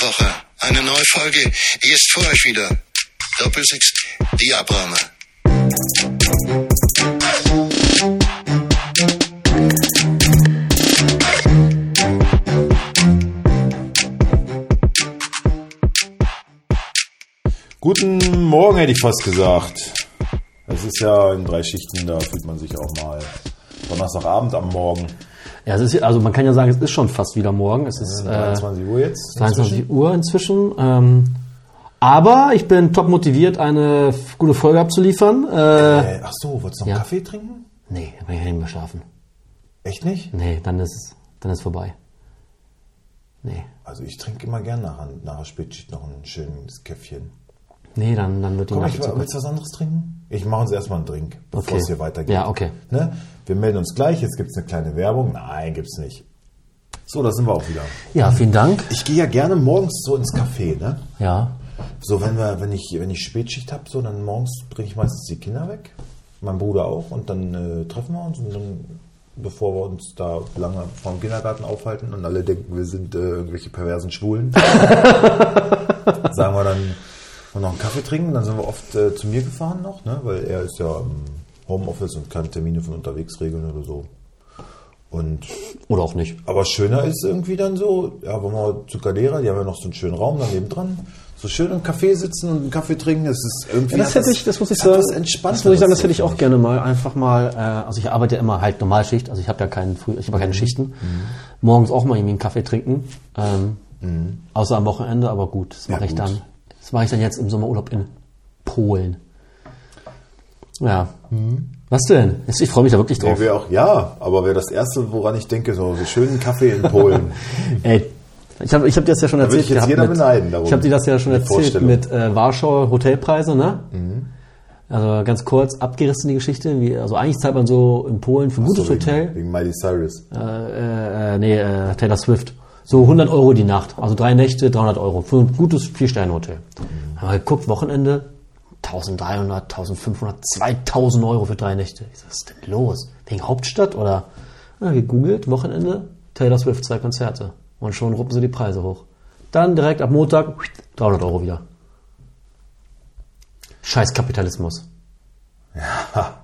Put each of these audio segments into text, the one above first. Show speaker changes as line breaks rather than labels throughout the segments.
Woche eine neue Folge. Die ist für euch wieder. Doppelsechs Diabrahme.
Guten Morgen, hätte ich fast gesagt. Es ist ja in drei Schichten, da fühlt man sich auch mal Donnerstagabend am Morgen.
Ja, es ist, also man kann ja sagen, es ist schon fast wieder morgen. Es ist äh,
23 Uhr jetzt.
23 Uhr inzwischen. Ähm, aber ich bin top motiviert, eine f- gute Folge abzuliefern. Äh,
Äh, ach so, wolltest du noch
Ja.
Kaffee trinken?
nee, dann kann ich nicht mehr schlafen.
Echt nicht?
Nee, dann ist dann ist vorbei. Nee.
Also ich trinke immer gerne nach, nach der Spätschicht noch ein schönes Käffchen.
Nee, dann, dann wird die
Komm,
Nacht
ich,
zu kurz.
willst du was anderes trinken? Ich mache uns erstmal einen Drink, bevor
Okay.
es hier weitergeht.
Ja, okay.
Ne? Wir melden uns gleich, jetzt gibt es eine kleine Werbung. Nein, gibt's nicht. So, da sind wir auch wieder.
Ja, vielen Dank.
Ich gehe ja gerne morgens so ins Café, ne?
Ja.
So, wenn, wir, wenn, ich, wenn ich Spätschicht habe, so, dann morgens bringe ich meistens die Kinder weg, mein Bruder auch, und dann äh, treffen wir uns und dann, bevor wir uns da lange vom Kindergarten aufhalten und alle denken, wir sind äh, irgendwelche perversen Schwulen, sagen wir dann, und noch einen Kaffee trinken, dann sind wir oft äh, zu mir gefahren noch, ne? weil er ist ja im Homeoffice und kann Termine von unterwegs regeln oder so. Und
Oder auch nicht.
aber schöner ist irgendwie dann so, ja, wenn wir zu Caldera, die haben ja noch so einen schönen Raum daneben dran. So schön im Café sitzen und einen Kaffee trinken, das ist irgendwie.
Ja, das
hat
hätte ich, das muss ich
hat
sagen.
Was Entspannteres,
das muss ich sagen, das hätte ich auch
finde
gerne mal einfach mal. Äh, also ich arbeite immer halt Normalschicht, also ich habe ja keinen Früh, ich habe keine Schichten.
Mhm.
Morgens auch mal irgendwie einen Kaffee trinken, ähm, außer am Wochenende, aber gut, das mache ich
gut.
dann. Das mache ich dann jetzt im Sommerurlaub in Polen. Ja. Was denn? Jetzt- Ich freue mich da wirklich
Mhm. Nee,
drauf.
wär auch, ja, aber wäre das Erste, woran ich denke, so, so schönen Kaffee in Polen.
Ey, Äh, ich habe ich hab dir das ja schon
will
erzählt.
ich jetzt
gehabt
jeder beneiden darum.
ich habe dir das ja schon
Die
erzählt
Vorstellung. Mhm.
mit äh, Warschauer Hotelpreise, ne? Also ganz kurz abgerissen die Geschichte. Wie, also eigentlich zahlt man so in Polen für ein gutes
So wegen,
Hotel.
Wegen Miley Cyrus.
Äh, äh, nee, äh, Taylor Swift. So 100 Euro die Nacht. Also drei Nächte, 300 Euro. Für ein gutes Vier-Sterne-Hotel. Haben wir geguckt, Wochenende 1300, 1500, 2000 Euro für drei Nächte. Ich sag, Was ist denn los? Wegen Hauptstadt oder? Ja, gegoogelt, Wochenende, Taylor Swift, zwei Konzerte. Und schon ruppen sie die Preise hoch. Dann direkt ab Montag 300 Euro wieder. Scheiß Kapitalismus.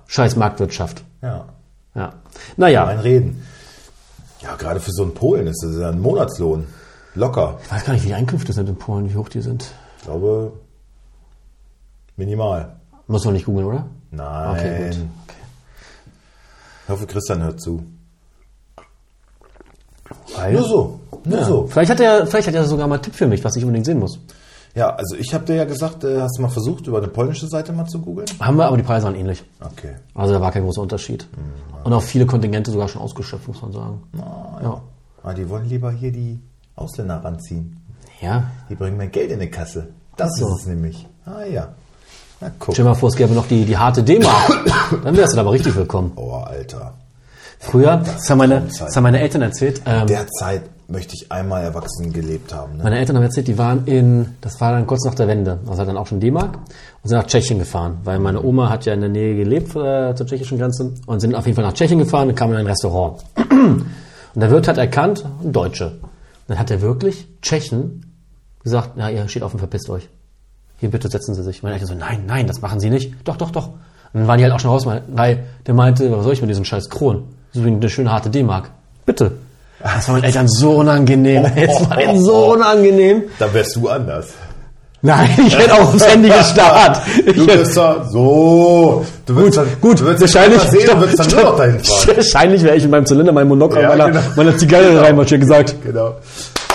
Scheiß Marktwirtschaft.
Ja.
Ja. Naja.
Mein Reden. Ja, gerade für so einen Polen ist das ja ein Monatslohn. Locker.
Ich weiß gar nicht, wie die Einkünfte sind in Polen, wie hoch die sind.
Ich glaube, minimal.
Muss man nicht googeln, oder?
Nein.
Okay, gut.
Ich hoffe, Christian hört zu.
Weil,
Nur so. Nur
Ja.
so.
Vielleicht, hat er, vielleicht hat er sogar mal einen Tipp für mich, was ich unbedingt sehen muss.
Ja, also ich habe dir ja gesagt, äh, hast du mal versucht, über eine polnische Seite mal zu googeln?
Haben wir, aber die Preise waren ähnlich.
Okay.
Also da war kein großer Unterschied.
Hm.
Und auch viele Kontingente sogar schon ausgeschöpft, muss man sagen. ja.
Ah, die wollen lieber hier die Ausländer ranziehen.
ja.
Die bringen mehr Geld in die Kasse. Das
so.
ist es nämlich. Ah ja. Na guck.
Stell dir mal vor, es gäbe noch die, die harte D-Mark. Dann wärst du da aber richtig willkommen.
Oh, Alter.
Früher, das haben meine, das haben meine Eltern erzählt, ähm,
Derzeit möchte ich einmal erwachsen gelebt haben. Ne?
Meine Eltern haben erzählt, die waren in, das war dann kurz nach der Wende, also dann auch schon D-Mark, und sind nach Tschechien gefahren, weil meine Oma hat ja in der Nähe gelebt äh, zur tschechischen Grenze und sind auf jeden Fall nach Tschechien gefahren und kamen in ein Restaurant. Und der Wirt hat erkannt, ein Deutsche. Und dann hat er wirklich Tschechen gesagt, na, ihr steht offen, verpisst euch. Hier, bitte setzen Sie sich. Meine Eltern so, nein, nein, das machen Sie nicht. Doch, doch, doch. Und dann waren die halt auch schon raus, weil der meinte, was soll ich mit diesen scheiß Kronen? So wie eine schöne harte D-Mark. Bitte. Das war meinen Eltern so
Oh,
unangenehm. Das war denen so unangenehm.
Da wärst du anders.
Nein, ich hätte auch aufs Handy gestarrt. Ich
Du
hätte-
wirst da so. Du wirst dann,
Gut,
du wirst
wahrscheinlich,
Sehen, du wirst dann nur noch dahin fahren.
wahrscheinlich wäre ich mit meinem Zylinder, meinem Monokel,
Ja,
meiner,
genau.
meiner Zigarre reinmarschiert gesagt.
Genau.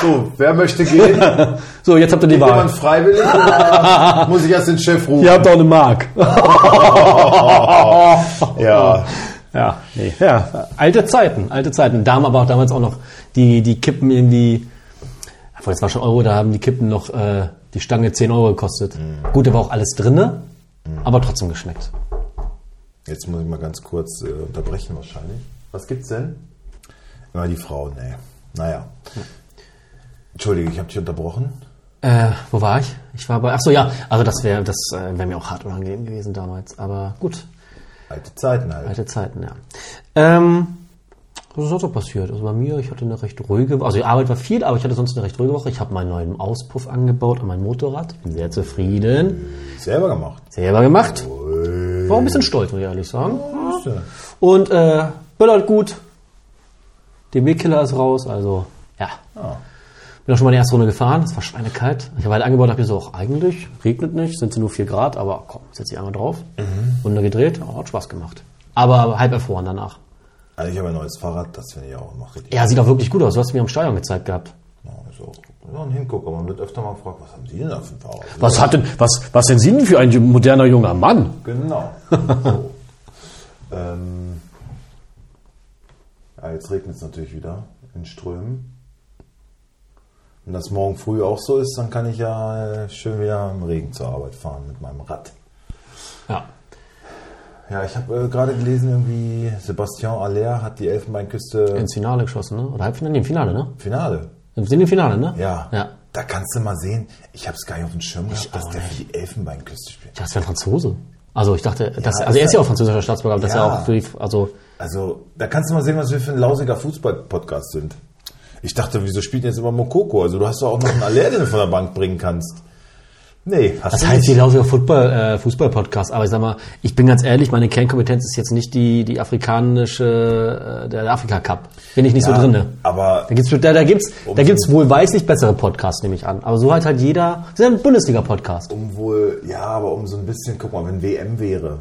So, wer möchte gehen?
So, jetzt habt ihr die Wahl.
Jemand freiwillig oder muss ich erst den Chef rufen?
Ihr habt auch eine Mark.
Ja.
Ja, nee. ja, alte Zeiten, alte Zeiten. Da haben aber auch damals auch noch die, die Kippen irgendwie, obwohl das war schon Euro, da haben die Kippen noch äh, die Stange 10 Euro gekostet. Gut, da war auch alles drinne, aber trotzdem geschmeckt.
Jetzt muss ich mal ganz kurz äh, unterbrechen wahrscheinlich. Was gibt's denn? Immer die Frauen, ey. Naja. Entschuldige, ich habe dich unterbrochen.
Äh, wo war ich? Ich war bei, ach so, ja, also das wäre das äh, wäre mir auch hart unangenehm gewesen damals, aber gut,
Alte Zeiten halt.
alte Zeiten, ja. Ähm, Was ist sonst noch passiert? Also bei mir, ich hatte eine recht ruhige Also die Arbeit war viel, aber ich hatte sonst eine recht ruhige Woche. Ich habe meinen neuen Auspuff angebaut an mein Motorrad. Ich bin sehr zufrieden.
Selber gemacht.
Selber gemacht. War auch ein bisschen stolz, muss ich ehrlich sagen.
Siehste.
Und äh, böllert gut. DB-Killer ist raus, also ja.
Ah.
Bin auch schon mal die erste Runde gefahren, es war schweinekalt. Ich habe halt angebaut, habe mir so, auch eigentlich regnet nicht, sind so nur 4 Grad, aber komm, setz dich einmal drauf.
Mhm.
Runde gedreht, oh, hat Spaß gemacht. Aber halb erfroren danach.
Also ich habe ein neues Fahrrad, das finde ich auch noch richtig.
Ja, sieht auch wirklich gut aus, du hast mir am Steuern gezeigt gehabt.
Ja, ist auch so ein Hingucker. Man wird öfter mal gefragt, was haben Sie denn da für ein Fahrrad?
Was hat denn, was, was sind Sie denn für ein moderner junger Mann?
Genau. so. ähm, ja, jetzt regnet es natürlich wieder in Strömen. Wenn das morgen früh auch so ist, dann kann ich ja äh, schön wieder im Regen zur Arbeit fahren mit meinem Rad.
Ja.
Ja, ich habe äh, gerade gelesen, irgendwie Sebastian Aller hat die Elfenbeinküste
Ins Finale geschossen, ne? Oder Halbfinale? Nee, im Finale, ne?
Finale.
Sind im Finale, ne?
Ja.
Ja.
Da kannst du mal sehen, ich habe es gar nicht auf dem Schirm gehabt, dass
auch
der für die Elfenbeinküste spielt.
Ich dachte, das wäre ein Franzose. Also ich dachte, dass,
ist
also er ist ja
er-
auch französischer Staatsbürger, aber dass
Ja.
er auch für die, also
Also, da kannst du mal sehen, was wir für ein lausiger Fußball-Podcast sind. Ich dachte, wieso spielt denn jetzt immer Mokoko? Also, du hast doch auch noch einen Aller, den du von der Bank bringen kannst. Nee, hast
Das
du
heißt hier
nicht.
lausiger Football, äh, Fußball-Podcast, aber ich sag mal, ich bin ganz ehrlich, meine Kernkompetenz ist jetzt nicht die, die afrikanische, äh, der Afrika-Cup. Bin ich nicht
Ja, Oh.
so drin, ne?
aber-
Da gibt's, da, da gibt's, da
Umso-
gibt's wohlweislich bessere Podcasts, nehme ich an. Aber so hat halt jeder, das ist ja ein Bundesliga-Podcast.
Um wohl, ja, aber um so ein bisschen, guck mal, wenn WM wäre.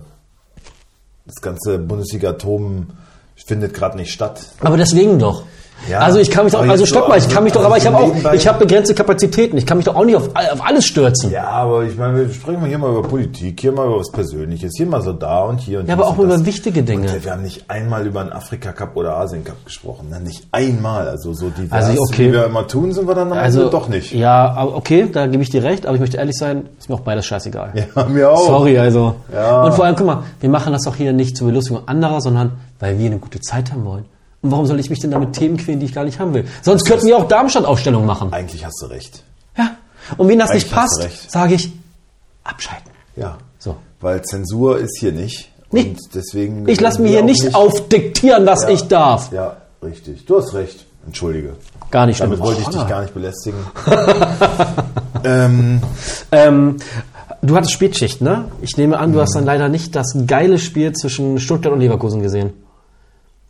Das ganze Bundesliga-Toben findet gerade nicht statt.
Aber deswegen doch.
Ja,
also ich kann mich doch,
aber jetzt
also stopp
so-
mal, ich kann mich doch, aber ich
also
habe
so
auch,
nebenbei-
ich habe begrenzte Kapazitäten, ich kann mich doch auch nicht auf, all- auf alles stürzen. Ja,
Ja, aber ich meine, wir sprechen mal hier mal über Politik, hier mal über was Persönliches, hier mal so da und hier und
aber
dies
auch
und das.
über wichtige Dinge.
Wir haben nicht einmal über einen Afrika-Cup oder Asien-Cup gesprochen. Ne? Nicht einmal. Also so divers,
Also, okay.
wie wir immer tun, sind wir dann am Ende äh, doch nicht.
Also, Ja, aber okay, da gebe ich dir recht, aber ich möchte ehrlich sein, ist mir auch beides scheißegal.
Ja, mir auch.
Sorry, also.
Ja.
Und vor allem, guck mal, wir machen das auch hier nicht zur Belustigung anderer, sondern weil wir eine gute Zeit haben wollen. Und warum soll ich mich denn damit Themen quälen, die ich gar nicht haben will? Sonst könnten wir auch Darmstadt-Aufstellungen machen.
Eigentlich hast du recht.
Ja. Und wenn das nicht
Eigentlich hast du
passt,
recht.
sage ich, abschalten.
Ja.
So.
Weil Zensur ist hier nicht.
Nicht.
Und deswegen.
Ich lasse mir
wir
hier
auch
nicht aufdiktieren, dass
Ja.
ich darf.
Ja, richtig. Du hast recht. Entschuldige.
Gar nicht schlimm.
Damit wollte ich
Oh,
dich
Anna.
gar nicht belästigen. ähm,
Ähm, du hattest Spätschicht, ne? Ich nehme an, du
Mhm.
hast dann leider nicht das geile Spiel zwischen Stuttgart und Leverkusen gesehen.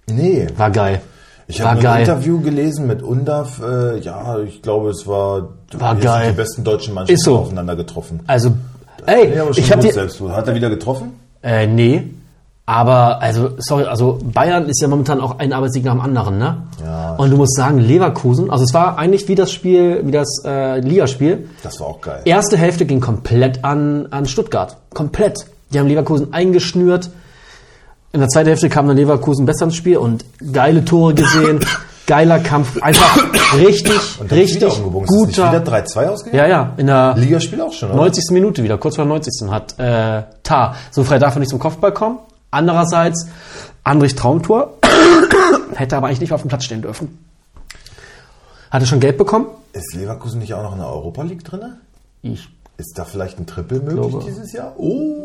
nee.
War geil.
Ich
war
habe ein
geil.
Interview gelesen mit Undav. Äh, ja, ich glaube, es war,
War
jetzt
geil.
sind die besten deutschen Mannschaften
Ist so.
aufeinander getroffen.
Also, ey,
Ja, aber schon
ich hab
gut
dir,
Selbstbewusst- Hat er wieder getroffen?
äh, nee, aber, also, sorry, also Bayern ist ja momentan auch ein Arbeitssieg nach dem anderen, ne?
Ja.
Und du musst sagen, Leverkusen, also es war eigentlich wie das Spiel, wie das äh, Ligaspiel.
Das war auch geil.
Erste Hälfte ging komplett an, an Stuttgart. Komplett. Die haben Leverkusen eingeschnürt. In der zweiten Hälfte kam dann Leverkusen besser ins Spiel und geile Tore gesehen, geiler Kampf, einfach richtig,
Und dann ist wieder
richtig
umgebogen. Ist es nicht wieder
guter.
3-2 ausgegangen?
Ja, ja, in der
Ligaspiel auch schon, oder?
90. Minute wieder, kurz vor der 90. hat äh, Tar so frei darf er nicht zum Kopfball kommen. Andererseits Andrich Traumtor hätte aber eigentlich nicht auf dem Platz stehen dürfen. Hatte schon Geld bekommen?
Ist Leverkusen nicht auch noch in der Europa League drin?
Ich
Ist da vielleicht ein Triple möglich
glaube-
dieses Jahr? Oh!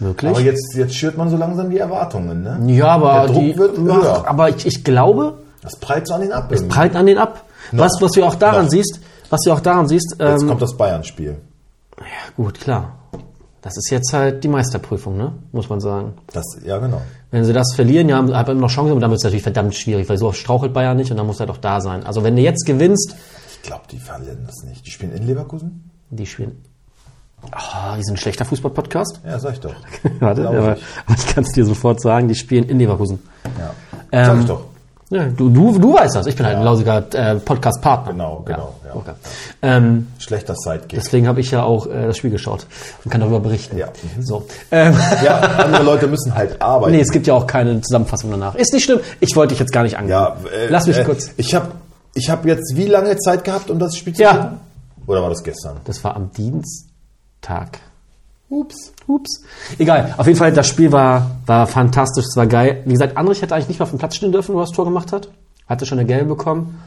Möglich.
Aber jetzt, jetzt schürt man so langsam die Erwartungen, ne?
ja, aber
Der Druck
die,
wird
Ach,
höher.
aber ich, ich glaube,
das prallt so an den ab. irgendwie.
prallt an den ab.
Noch.
Was was du auch daran
Noch.
siehst, was du auch daran siehst,
Jetzt
ähm,
kommt das Bayern-Spiel.
gut, klar. Das ist jetzt halt die Meisterprüfung, ne? Muss man sagen.
Das, ja, genau.
Wenn sie das verlieren, ja, haben sie immer noch Chancen, aber dann wird es natürlich verdammt schwierig, weil so strauchelt Bayern nicht und dann muss er doch da sein. Also wenn du jetzt gewinnst,
Ich glaube, die verlieren das nicht. Die spielen in Leverkusen?
Die spielen. Ah, die sind ein schlechter Fußball-Podcast.
Ja, sag ich doch.
Warte,
Glaub
aber, aber
ich.
ich kann es dir sofort sagen, die spielen in Leverkusen.
Ja.
Ähm,
sag ich doch.
Ja, du, du, du weißt das. Ich bin halt ein lausiger äh, Podcast-Partner.
Genau, genau,
Ja,
ja.
okay. ähm,
Schlechter Sidekick.
deswegen habe ich ja auch äh, das Spiel geschaut und kann darüber berichten.
Ja. Mhm.
So. Ähm,
Ja, andere Leute müssen halt arbeiten.
nee, es gibt ja auch keine Zusammenfassung danach. Ist nicht schlimm. Ich wollte dich jetzt gar nicht angehen.
ja, äh,
Lass mich
äh,
kurz.
Ich habe ich hab jetzt wie lange Zeit gehabt, um das Spiel zu
Ja.
gucken? Oder war das gestern?
Das war am Dienstag. Ups, ups. Egal, auf jeden Fall, das Spiel war, war fantastisch, es war geil. Wie gesagt, Andrich hätte eigentlich nicht mehr auf dem Platz stehen dürfen, wo er das Tor gemacht hat. Hatte schon eine Gelbe bekommen.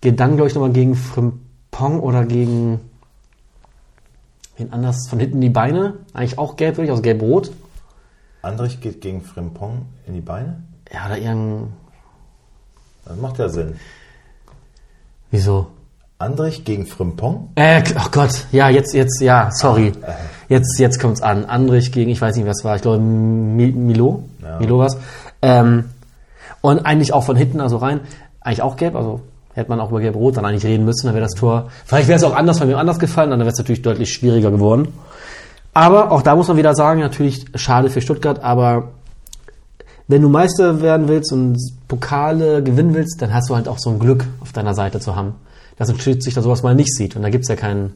Geht dann, glaube ich, nochmal gegen Frimpong oder gegen wen anders von hinten die Beine. Eigentlich auch gelb, wirklich, also gelb-rot.
Andrich geht gegen Frimpong in die Beine?
Ja, oder irgendein
Das macht ja Sinn.
Wieso?
Andrich gegen Frimpong?
Äh, k- oh Gott, ja, jetzt, jetzt, ja, sorry. Jetzt, jetzt kommt's an. Andrich gegen, ich weiß nicht, was war, ich glaube, Mi Milo. Milo war's. Ähm, und eigentlich auch von hinten, also rein, eigentlich auch gelb, also hätte man auch über gelb-rot dann eigentlich reden müssen, dann wäre das Tor, vielleicht wäre es auch anders, von mir anders gefallen, dann wäre es natürlich deutlich schwieriger geworden. Aber auch da muss man wieder sagen, natürlich schade für Stuttgart, aber wenn du Meister werden willst und Pokale gewinnen willst, dann hast du halt auch so ein Glück auf deiner Seite zu haben, dass ein Schiedsrichter sowas mal nicht sieht. Und da gibt's ja keinen.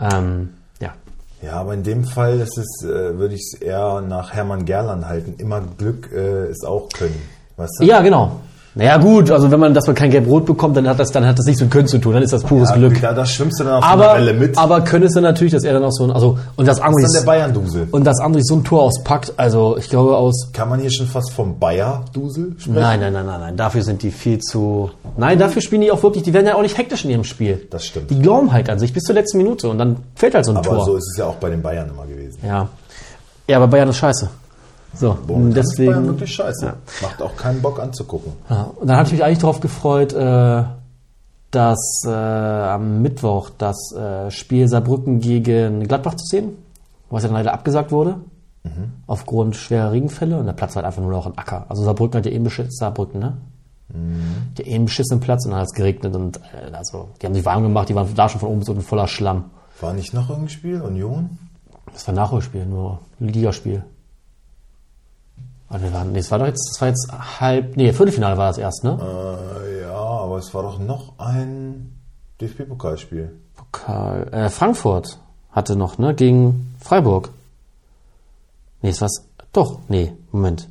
Ähm, ja.
Ja, aber in dem Fall ist es, äh, würde ich es eher nach Hermann Gerland halten. Immer Glück äh, ist auch Können. Weißt du?
ja, genau. Naja, gut, also wenn man, dass man kein Gelb-Rot bekommt, dann hat das, dann hat das nichts mit Können zu tun, dann ist das pures
ja,
Glück.
Da, da schwimmst du dann auf
Aber,
der Welle mit.
aber Können ist dann natürlich, dass er dann auch so ein, also, und
das ist
das
dann
Andrich,
der Bayern-Dusel.
und das Andrich so ein Tor auspackt, also, ich glaube aus,
Kann man hier schon fast vom Bayer-Dusel sprechen?
nein, nein, nein, nein, nein, dafür sind die viel zu, nein, dafür spielen die auch wirklich, die werden ja auch nicht hektisch in ihrem Spiel.
Das stimmt.
Die glauben halt an sich bis zur letzten Minute und dann fällt halt so ein
aber
Tor. Hm,
so ist es ja auch bei den Bayern immer gewesen.
Ja. Ja, aber Bayern ist scheiße. So,
Momentan ist Bayern
deswegen.
wirklich scheiße. Macht auch keinen Bock anzugucken.
Ja. Und dann hatte ich mich eigentlich darauf gefreut, äh, dass äh, am Mittwoch das äh, Spiel Saarbrücken gegen Gladbach zu sehen, was ja dann leider abgesagt wurde.
Mhm.
Aufgrund schwerer Regenfälle und der Platz war halt einfach nur noch ein Acker. Also Saarbrücken hat ja eben beschissen, Saarbrücken, ne?
Mhm.
Der eben beschissenen Platz und dann hat es geregnet und äh, also die haben sich warm gemacht, die waren da schon von oben bis unten voller Schlamm.
War nicht noch irgendein Spiel? Union?
Das war ein Nachholspiel, nur ein Ligaspiel. Warte, wir waren, nee, das war doch jetzt, das war jetzt halb, nee, Viertelfinale war das erst, ne?
Äh, ja, aber es war doch noch ein DFB-Pokalspiel.
Pokal, äh, Frankfurt hatte noch, ne, gegen Freiburg. Nee, das war's, doch, nee, Moment.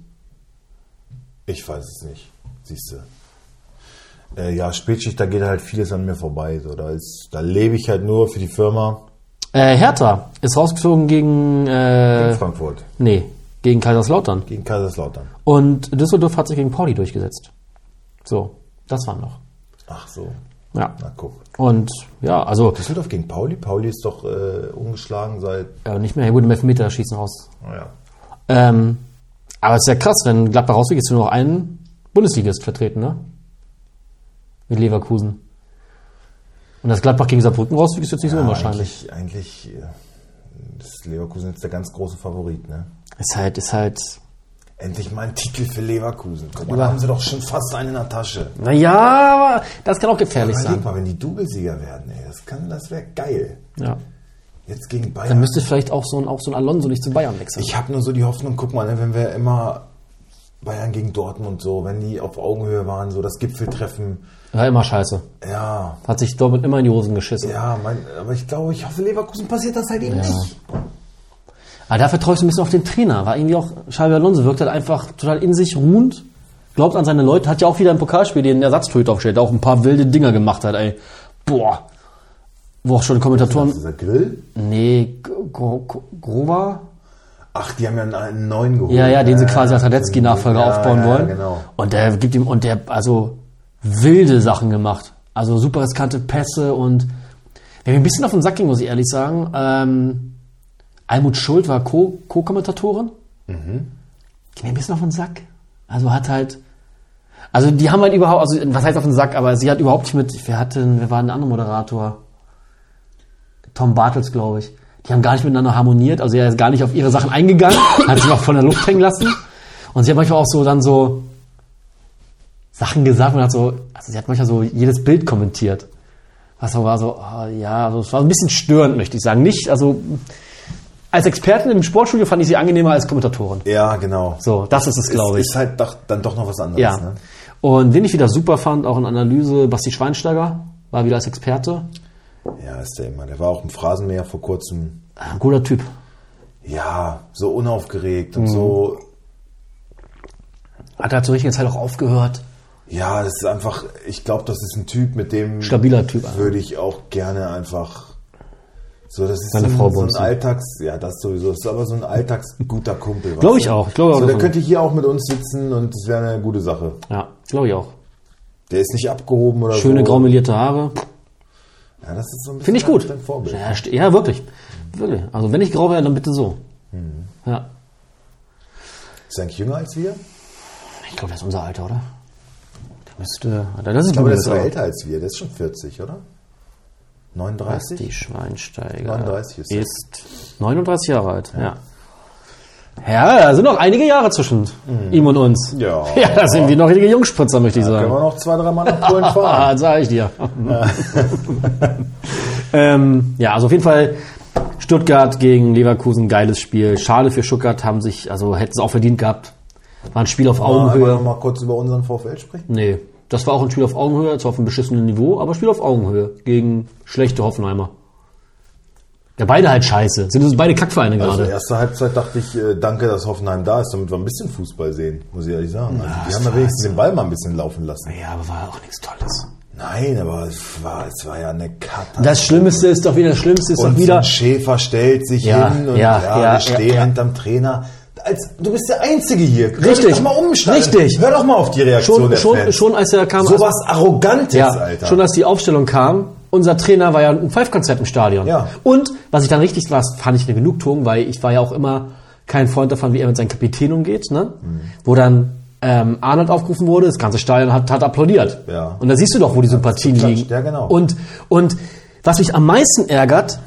Ich weiß es nicht. Siehst du. Äh, ja, Spätschicht, da geht halt vieles an mir vorbei. So, da, ist, da lebe ich halt nur für die Firma
Äh, Hertha ist rausgeflogen gegen, äh,
Frankfurt
nee, gegen Kaiserslautern.
gegen Kaiserslautern.
Und Düsseldorf hat sich gegen Pauli durchgesetzt. So, das waren noch.
Ach so.
Ja.
Na guck.
Und, ja, also,
Düsseldorf gegen Pauli. Pauli ist doch äh, ungeschlagen seit.
äh, nicht mehr, er wurde im Elfmeterschießen raus,
Naja.
Ähm, aber es ist ja krass, wenn Gladbach rausgeht, ist nur noch ein Bundesligist vertreten, ne? Mit Leverkusen. Und dass Gladbach gegen Saarbrücken rausfliegt, ist jetzt nicht so unwahrscheinlich.
Eigentlich, eigentlich äh, ist Leverkusen jetzt der ganz große Favorit, ne?
Ist halt, ist halt.
Endlich mal ein Titel für Leverkusen. Guck mal, da haben sie doch schon fast einen in der Tasche.
Naja, aber das kann auch gefährlich
Überleg
sein.
mal, wenn die Doublesieger werden, ey, das kann, das wäre geil.
Ja.
Jetzt gegen Bayern.
Dann müsste vielleicht auch so ein, auch so ein Alonso nicht zu Bayern wechseln.
Ich habe nur so die Hoffnung, guck mal, ne, wenn wir immer Bayern gegen Dortmund so, wenn die auf Augenhöhe waren, so das Gipfeltreffen.
War immer scheiße.
Ja,
Hat sich Dortmund immer in die Hosen geschissen.
ja, mein, aber ich glaube, ich hoffe, Leverkusen passiert das halt eben
Ja.
nicht.
Aber dafür traue ich so ein bisschen auf den Trainer. War irgendwie auch, Xabi Alonso wirkt halt einfach total in sich ruhend, glaubt an seine Leute, hat ja auch wieder im Pokalspiel den Ersatztorhüter aufgestellt, der auch ein paar wilde Dinger gemacht hat, ey. Boah. Wo auch schon
Das ist
Kommentatoren.
dieser Grill?
Nee, Gro- Gro- Grover?
Ach, die haben ja einen, einen neuen geholt. ne?
Ja, ja, den sie quasi als Radetzky-Nachfolger
äh, Ja,
aufbauen
ja,
wollen.
Genau.
Und der gibt ihm, und der, also, wilde Sachen gemacht. Also super riskante Pässe und wer mir ein bisschen auf den Sack ging, muss ich ehrlich sagen. Ähm, Almut Schuld war Co- Co-Kommentatorin.
Mhm.
Ging mir ein bisschen auf den Sack. Also hat halt. Also die haben halt überhaupt, also was heißt auf den Sack, aber sie hat überhaupt nicht mit. Wer hatte, wer war denn der andere Moderator? Tom Bartels, glaube ich. Die haben gar nicht miteinander harmoniert, also er ist gar nicht auf ihre Sachen eingegangen, hat sich auch von der Luft hängen lassen. Und sie hat manchmal auch so dann so Sachen gesagt und hat so, also sie hat manchmal so jedes Bild kommentiert. Was so war so, ah, ja, also es war ein bisschen störend, möchte ich sagen. Nicht, also als Expertin im Sportstudio fand ich sie angenehmer als Kommentatorin.
Ja, genau.
So, das ist es, glaube ich.
Ist halt doch, dann doch noch was anderes.
ja.
Ne?
Und wen ich wieder super fand, auch in Analyse, Basti Schweinsteiger war wieder als Experte.
ja, ist der immer. Der war auch im Phrasenmäher vor kurzem.
Ein Äh, guter Typ.
ja, so unaufgeregt und so.
Mhm. Hat halt zur richtigen Zeit auch aufgehört.
Ja, das ist einfach, ich glaube, das ist ein Typ, mit dem
Stabiler Typ einfach.
würde ich auch gerne einfach so, das ist
Meine
so,
Frau
ein, so ein
Bunzen.
Alltags, ja, das sowieso, das ist aber so ein alltagsguter Kumpel.
Glaube
weißt
ich
du?
auch. Ich glaube auch,
so, Also,
dass
der
man-
könnte hier auch mit uns sitzen und das wäre eine gute Sache.
Ja, glaube ich auch.
Der ist nicht abgehoben oder
Schöne
so.
graumelierte Haare.
Ja, Also, das ist so ein bisschen halt
Finde ich gut.
dein Vorbild.
Ja, st- ja, wirklich. Wirklich. Also wenn ich grau wäre, dann bitte so.
Mhm.
Ja.
Ist er eigentlich jünger als wir?
Ich glaube, der ist unser Alter, oder? Müsste. Alter, Hm, Das ist
Ich glaube, der ist
Bubenmesser.
sogar älter als wir. Der ist schon 40, oder?
Die
39?
Schweinsteiger
39 ist
ist,
er.
39 Jahre alt. Ja. ja, da sind noch einige Jahre zwischen ihm und uns.
Mhm. Ja.
ja, da sind wir noch richtige Jungspritzer, möchte ich
Können wir
sagen.
noch zwei, drei Mal nach Polen fahren?
Ah, sag ich dir. ähm, ja, also auf jeden Fall Stuttgart gegen Leverkusen, geiles Spiel. Schade für Stuttgart, haben sich, also hätten es auch verdient gehabt. War ein Spiel auf
Mal,
Augenhöhe.
noch mal kurz über unseren VfL sprechen?
Nee, das war auch ein Spiel auf Augenhöhe, zwar auf einem beschissenen Niveau, aber Spiel auf Augenhöhe gegen schlechte Hoffenheimer. Ja, beide halt scheiße. Sind das beide Kackvereine
Also,
gerade.
erste Halbzeit dachte ich, äh, danke, dass Hoffenheim da ist, damit wir ein bisschen Fußball sehen, muss ich ehrlich sagen. Also, die haben ja wenigstens den Ball mal ein bisschen laufen lassen.
Ja, aber war auch nichts Tolles.
Nein, aber es war, es war ja eine Katastrophe.
Das Schlimmste ist doch wieder, das Schlimmste ist
und
doch wieder.
so ein Schäfer stellt sich
Ja,
hin und
ja,
ja,
ja,
wir stehen
ja, ja.
hinterm Trainer. Als, du bist der Einzige hier. Hör dich
Richtig.
Doch mal um, Stein.
Richtig.
Hör doch mal auf die Reaktion
Schon,
der
schon,
Fans.
schon als er kam.
Sowas Arrogantes,
ja,
Alter.
schon als die Aufstellung kam. Unser Trainer war ja ein Pfeifkonzert im Stadion.
Ja.
Und was ich dann richtig war, fand ich eine Genugtuung, weil ich war ja auch immer kein Freund davon, wie er mit seinem Kapitän umgeht, ne?
Mhm.
Wo dann ähm, Arnold aufgerufen wurde, das ganze Stadion hat, hat applaudiert.
Ja.
Und da siehst du doch, wo die Sympathien
geklatscht,
liegen.
ja, genau.
Und, und was mich am meisten ärgert,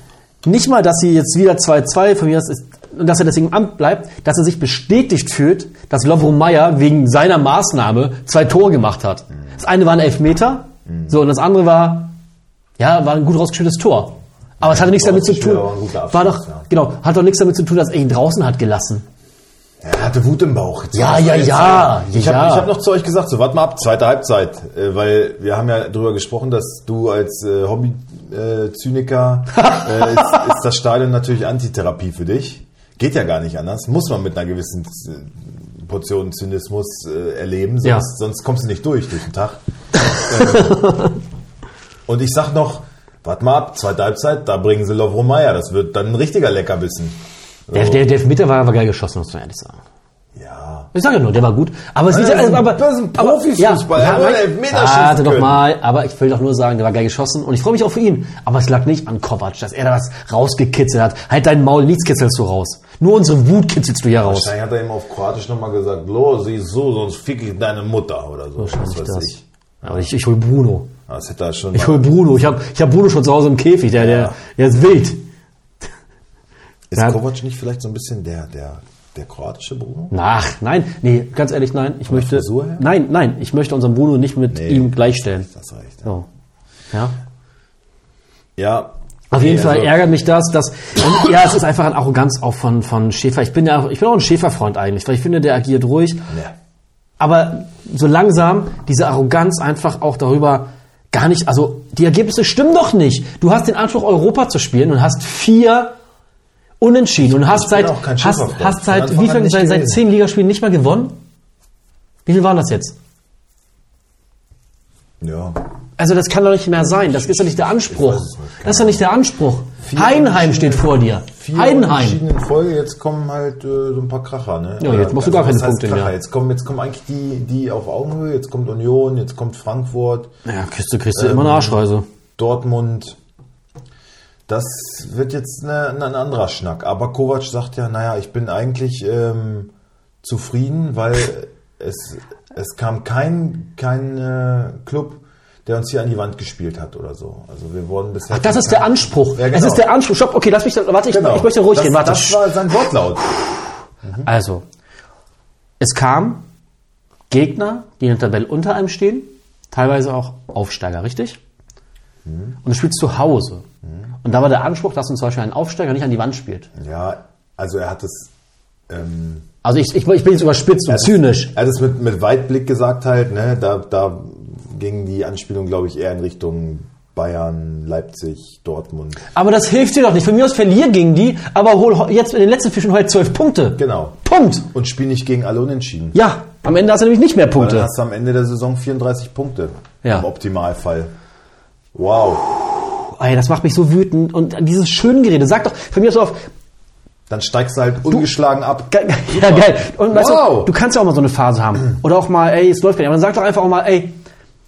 nicht mal, dass sie jetzt wieder 2-2 von mir aus ist, und dass er deswegen im Amt bleibt, dass er sich bestätigt fühlt, dass Lovro Meyer wegen seiner Maßnahme zwei Tore gemacht hat.
Mhm.
Das eine war ein Elfmeter, so, und das andere war, ja, war ein gut rausgespieltes Tor. Aber es hatte nichts
Tor
damit zu
rausgespielt,
tun.
aber ein guter Abschluss,
War doch,
ja.
genau, hat doch nichts damit zu tun, dass er ihn draußen hat gelassen.
Er hatte Wut im Bauch. Jetzt
Ja,
muss
ja,
man jetzt
ja,
sagen.
ja,
Ich habe
ja.
hab noch zu euch gesagt, so wart mal ab, zweite Halbzeit. Äh, weil wir haben ja drüber gesprochen, dass du als äh, Hobby-Zyniker äh, ist, ist das Stadion natürlich Antitherapie für dich. Geht ja gar nicht anders. Muss man mit einer gewissen äh, Portion Zynismus äh, erleben, sonst,
Ja.
sonst kommst du nicht durch durch den Tag. Ähm, Und ich sag noch, wart mal ab, zweite Halbzeit, da bringen sie Lovro Meyer. Das wird dann ein richtiger Leckerbissen.
Der, der, der Elfmeter war, war geil geschossen, muss man ehrlich sagen.
Ja.
Ich sage ja nur, der war gut. Aber es ist
das ist ein-
aber,
das ist ein Profifußball.
Ja,
Er hat
ja,
nur einen Elfmeter
warte
schießen
doch
können.
mal. Aber ich will doch nur sagen, der war geil geschossen. Und ich freue mich auch für ihn. Aber es lag nicht an Kovac, dass er da was rausgekitzelt hat. Halt dein Maul, nichts kitzelst du raus. Nur unsere Wut kitzelst du hier raus.
Wahrscheinlich hat er ihm auf Kroatisch nochmal gesagt, lo, siehst so, sonst fick ich deine Mutter oder so.
Wahrscheinlich
Was weiß
das.
ich.
Aber ich, ich hol Bruno.
Ah, Das hätte er schon
Ich
mal-
hol Bruno. Ich habe ich hab Bruno schon zu Hause im Käfig. Der, der, der ist wild.
Ist
Ja.
Kovac nicht vielleicht so ein bisschen der, der, der kroatische Bruno?
Ach, nein. Nee, ganz ehrlich, nein. Ich möchte,
Frisur her?
nein, nein. Ich möchte unseren Bruno nicht mit
Nee.
ihm gleichstellen.
Das reicht. Ja.
So. Ja.
ja.
Auf jeden
Nee,
Fall
also,
ärgert mich das, dass und, ja, es ist einfach eine Arroganz auch von von Schäfer. Ich bin ja auch, ich bin auch ein Schäferfreund eigentlich, weil ich finde, der agiert ruhig,
Ja.
aber so langsam diese Arroganz einfach auch darüber gar nicht, also die Ergebnisse stimmen doch nicht. Du hast den Anspruch Europa zu spielen und hast vier Unentschieden und hast seit
auch kein
hast,
Schäferfreund.
hast
Von
seit
Anfang
wie
an
viel
nicht
seit, seit
gewesen.
zehn Ligaspielen nicht mal gewonnen? Wie viel waren das jetzt?
Ja.
Also das kann doch nicht mehr sein. Das ist doch nicht der Anspruch.
weiß es nicht, keine
Das ist doch nicht der Anspruch. Heidenheim steht vor dir.
Vier
Heidenheim.
Unentschieden in Folge, jetzt kommen halt äh, so ein paar Kracher, ne?
Ja, jetzt machst du gar
was
keine
heißt
Punkte mehr.
Kracher? Jetzt kommen, jetzt kommen eigentlich die, die auf Augenhöhe, jetzt kommt Union, jetzt kommt Frankfurt,
Ja, kriegst du, kriegst du immer eine Arschreise.
Dortmund. Das wird jetzt ne- ne- ein anderer Schnack. Aber Kovac sagt ja, naja, ich bin eigentlich ähm, zufrieden, weil es, es kam kein, kein äh, Club, der uns hier an die Wand gespielt hat oder so. Also wir wurden bisher.
Das ist der Anspruch.
Ja, genau.
Es ist der Anspruch. Stopp, okay, lass mich, da- warte, ich,
Genau.
ich möchte ruhig
das,
gehen, warte.
Das war sein Wortlaut.
Also, es kam Gegner, die in der Tabelle unter einem stehen, teilweise auch Aufsteiger, richtig?
Mhm.
Und du spielst zu Hause. Und da war der Anspruch, dass uns zum Beispiel ein Aufsteiger nicht an die Wand spielt.
Ja, also er hat es. Ähm,
Also ich, ich, ich bin jetzt überspitzt und zynisch.
Er hat es mit, mit Weitblick gesagt halt, ne? Da, da ging die Anspielung, glaube ich, eher in Richtung Bayern, Leipzig, Dortmund.
Aber das hilft dir doch nicht. Von mir aus verlier gegen die, aber hol ho- jetzt in den letzten Fischen heute zwölf Punkte.
Genau.
Punkt.
Und spiel nicht gegen alle unentschieden.
Ja, am Ende hast du nämlich nicht mehr
Weil dann
Punkte.
hast du am Ende der Saison 34 Punkte.
Ja.
Im Optimalfall. Wow.
Ey, Oh das macht mich so wütend. Und dieses Schöngerede, sag doch, von mir aus auf,
Dann steigst du halt ungeschlagen ab.
Ge- ge- Ja, geil. Und weißt
Wow.
du, du kannst ja auch mal so eine Phase haben. Oder auch mal, ey, es läuft gar nicht. Aber dann sag doch einfach auch mal, ey,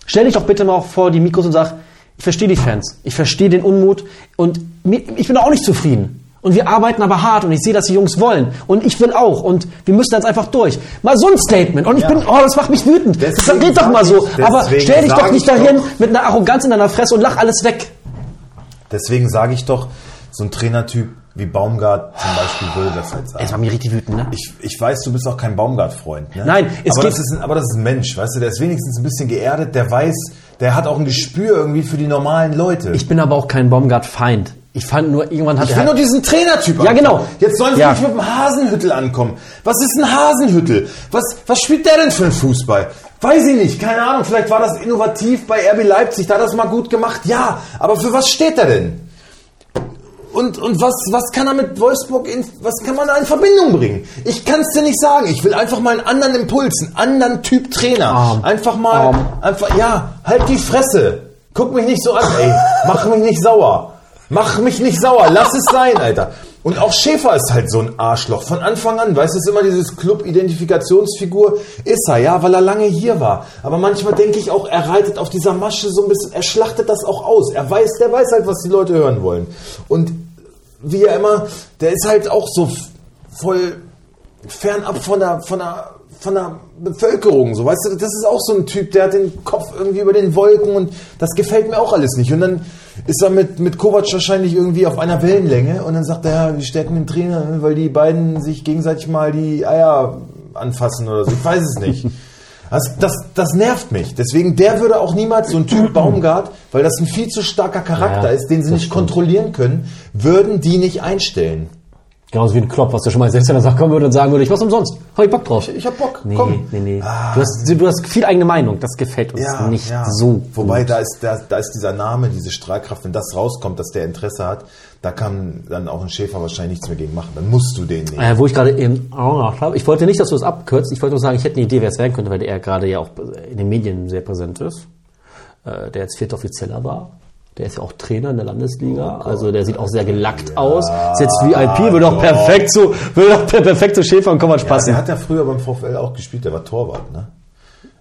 stell dich doch bitte mal auch vor die Mikros und sag, ich verstehe die Fans. Ich verstehe den Unmut. Und mi- ich bin da auch nicht zufrieden. Und wir arbeiten aber hart und ich sehe, dass die Jungs wollen. Und ich will auch. Und wir müssen jetzt einfach durch. Mal so ein Statement. Und ich
Ja.
bin, oh, das macht mich wütend.
Deswegen
Red doch mal
sag
so.
ich-
Aber
deswegen
stell dich
sag
doch nicht
ich
dahin
doch.
mit einer Arroganz in deiner Fresse und lach alles weg.
Deswegen sage ich doch, so ein Trainertyp wie Baumgart zum Beispiel würde das halt sagen.
Es macht mich richtig wütend, ne?
Ich, ich weiß, du bist auch kein Baumgart-Freund. Ne?
Nein, es
aber
geht-
das, ist ein, aber das ist ein Mensch, weißt du, der ist wenigstens ein bisschen geerdet, der weiß, der hat auch ein Gespür irgendwie für die normalen Leute.
Ich bin aber auch kein Baumgart-Feind. Ich fand nur, irgendwann hat
Ich
er. halt
will nur diesen Trainertyp.
Ja,
ankommen.
genau.
Jetzt sollen sie
Ja.
nicht mit dem Hasenhüttel ankommen. Was ist ein Hasenhüttel? Was, was spielt der denn für einen Fußball? Weiß ich nicht. Keine Ahnung. Vielleicht war das innovativ bei RB Leipzig. Da hat das mal gut gemacht. Ja. Aber für was steht er denn? Und, und was, was kann er mit Wolfsburg in, was kann man da in Verbindung bringen? Ich kann es dir nicht sagen. Ich will einfach mal einen anderen Impuls, einen anderen Typ Trainer.
Arm.
Einfach mal,
Arm.
einfach, ja, halt die Fresse. Guck mich nicht so an, ey. Mach mich nicht sauer. Mach mich nicht sauer. Lass es sein, Alter. Und auch Schäfer ist halt so ein Arschloch. Von Anfang an, weißt du, ist immer dieses Club-Identifikationsfigur. Ist er, ja, weil er lange hier war. Aber manchmal denke ich auch, er reitet auf dieser Masche so ein bisschen, er schlachtet das auch aus. Er weiß, der weiß halt, was die Leute hören wollen. Und wie er immer, der ist halt auch so f- voll fernab von der, von der, von der Bevölkerung. So, weißt du, das ist auch so ein Typ, der hat den Kopf irgendwie über den Wolken und das gefällt mir auch alles nicht. Und dann ist er mit, mit Kovac wahrscheinlich irgendwie auf einer Wellenlänge und dann sagt er, ja, wir stärken den Trainer, ne, weil die beiden sich gegenseitig mal die Eier anfassen oder so. Ich weiß es nicht. Das, das, das nervt mich. Deswegen, der würde auch niemals so ein Typ Baumgart, weil das ein viel zu starker Charakter
Ja,
ist, den sie
das
nicht kontrollieren können, würden die nicht einstellen.
Genauso Genau wie ein Klopp, was du schon mal selbst in der Sache kommen würde und sagen würde, ich mach's umsonst. Hab ich Bock drauf.
Ich hab Bock,
Nee,
komm. Ah.
nee, nee. Du, hast, du hast viel eigene Meinung. Das gefällt uns nicht so.
Wobei,
gut.
da ist, da, da ist dieser Name, diese Strahlkraft, wenn das rauskommt, dass der Interesse hat, da kann dann auch ein Schäfer wahrscheinlich nichts mehr gegen machen. Dann musst du den nehmen.
Äh, wo ich gerade eben auch noch habe. Ich wollte nicht, dass du es abkürzt. Ich wollte nur sagen, ich hätte eine Idee, wer es werden könnte, weil er gerade ja auch äh, in den Medien sehr präsent ist. Äh, der jetzt vierter Offizieller war. Der ist ja auch Trainer in der
Oh
Landesliga. also der sieht auch sehr gelackt aus. Ist jetzt VIP, würde doch
doch.
perfekt zu, würde doch per- perfekt zu Schäfer und Kovac
Ja, der
passen.
hat ja früher beim VfL auch gespielt, der war Torwart, ne?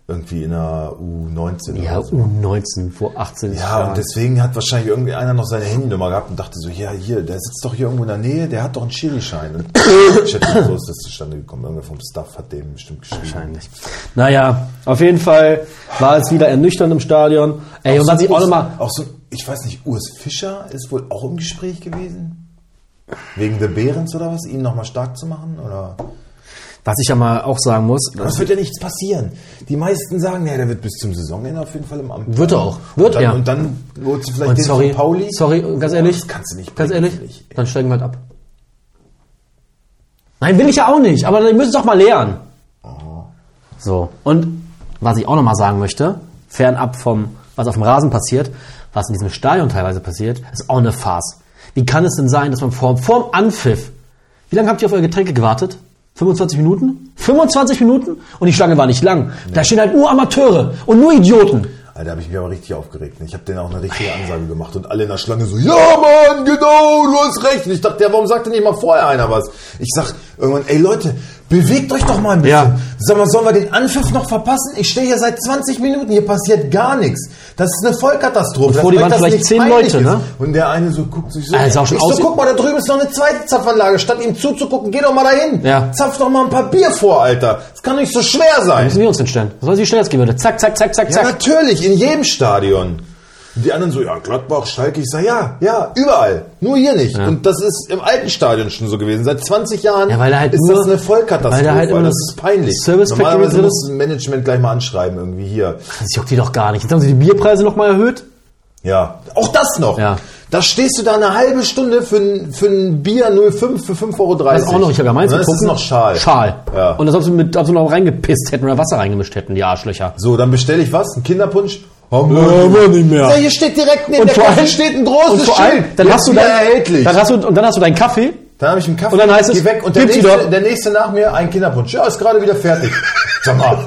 Irgendwie in der U19
Ja,
oder so.
U19, vor 18
Ja, und deswegen hat wahrscheinlich irgendwie einer noch seine Handynummer gehabt und dachte so, ja, hier, der sitzt doch hier irgendwo in der Nähe, der hat doch einen Schiri-Schein. Und ich schätze mal, so ist das zustande gekommen. Irgendwer vom Staff hat dem bestimmt geschrieben.
Wahrscheinlich. Naja, auf jeden Fall war es wieder ernüchternd im Stadion. Ey, und was ich auch
Urs-
nochmal.
Auch so, ich weiß nicht, Urs Fischer ist wohl auch im Gespräch gewesen? Wegen der Behrens oder was? Ihn nochmal stark zu machen? Oder?
Was ich ja mal auch sagen muss,
Das wird ja nichts passieren. Die meisten sagen, ja, der wird bis zum Saisonende auf jeden Fall im Amt.
Wird er auch.
und
Wird
dann,
er.
Und dann holst du vielleicht
und
den
sorry,
von Pauli.
sorry, ganz ehrlich,
Das kannst du nicht
ganz
bringen,
ehrlich,
finde ich.
dann steigen wir halt ab. Nein, will ich ja auch nicht, aber dann müssen doch mal lehren.
Oh.
So, und was ich auch nochmal sagen möchte, fernab vom, was auf dem Rasen passiert, was in diesem Stadion teilweise passiert, ist auch eine Farce. Wie kann es denn sein, dass man vorm, vorm Anpfiff, wie lange habt ihr auf eure Getränke gewartet? 25 Minuten? 25 Minuten? Und die Schlange war nicht lang. Da stehen halt nur Amateure und nur Idioten.
Alter, habe ich mich aber richtig aufgeregt. ne? Ich habe denen auch eine richtige Ansage gemacht und alle in der Schlange so, ja Mann, genau, du hast recht. Und ich dachte, ja, warum sagt denn nicht mal vorher einer was? Ich sag irgendwann, ey Leute, bewegt euch doch mal ein bisschen.
Ja.
Sag mal, sollen wir den Anpfiff noch verpassen? Ich stehe hier seit 20 Minuten, hier passiert gar nichts. Das ist eine Vollkatastrophe.
Und vor dir
Das
waren
reicht, dass nicht
vielleicht zehn
peinlich
Leute,
ist.
ne?
Und der eine so guckt sich so,
Ah, ist auch schon
ich so,
aus-
guck mal, da drüben ist noch eine zweite Zapfanlage. Statt ihm zuzugucken, geh doch mal dahin.
Ja.
Zapf doch mal ein paar Bier vor, Alter. Das kann nicht so schwer sein.
Müssen wir uns hinstellen. Was soll ich schnell jetzt gehen würde? Zack, zack, zack, zack,
Ja,
zack.
natürlich, in jedem Stadion. Und die anderen so, ja, Gladbach, Schalke, ich sag ja, ja, überall. Nur hier nicht. Und das ist im alten Stadion schon so gewesen. Seit 20 Jahren
Ja, weil da halt
ist
nur-
das eine Vollkatastrophe.
weil da halt immer
das ist
das
peinlich.
Service Factory
Normalerweise
drin
muss
ist.
das Management gleich mal anschreiben, irgendwie hier.
Das juckt die doch gar nicht. Jetzt haben sie die Bierpreise nochmal erhöht.
Ja, auch das noch.
Ja.
Da stehst du da eine halbe Stunde für ein, für ein Bier 05 für 5,30 Euro.
Das ist Also auch noch, ich habe ja meins
Und Das ist
getrunken.
noch Schal.
Schal.
Ja.
Und das ob sie, mit, ob sie noch reingepisst hätten oder Wasser reingemischt hätten, die Arschlöcher.
So, dann bestelle ich was? Ein Kinderpunsch? Haben
Äh,
haben wir nicht mehr.
Ja, hier steht direkt neben
Und
der
vor
Kasse
allem-
steht ein großes
und vor allem,
Schild.
dann hast du
Jetzt
dein,
wieder erhältlich.
Dann hast du, und dann hast du deinen Kaffee.
Dann habe ich einen Kaffee.
Und dann heißt es,
geh weg und der
gib sie
nächste,
doch.
der nächste nach mir ein Kinderpunsch. Ja, ist gerade wieder fertig. Sag mal.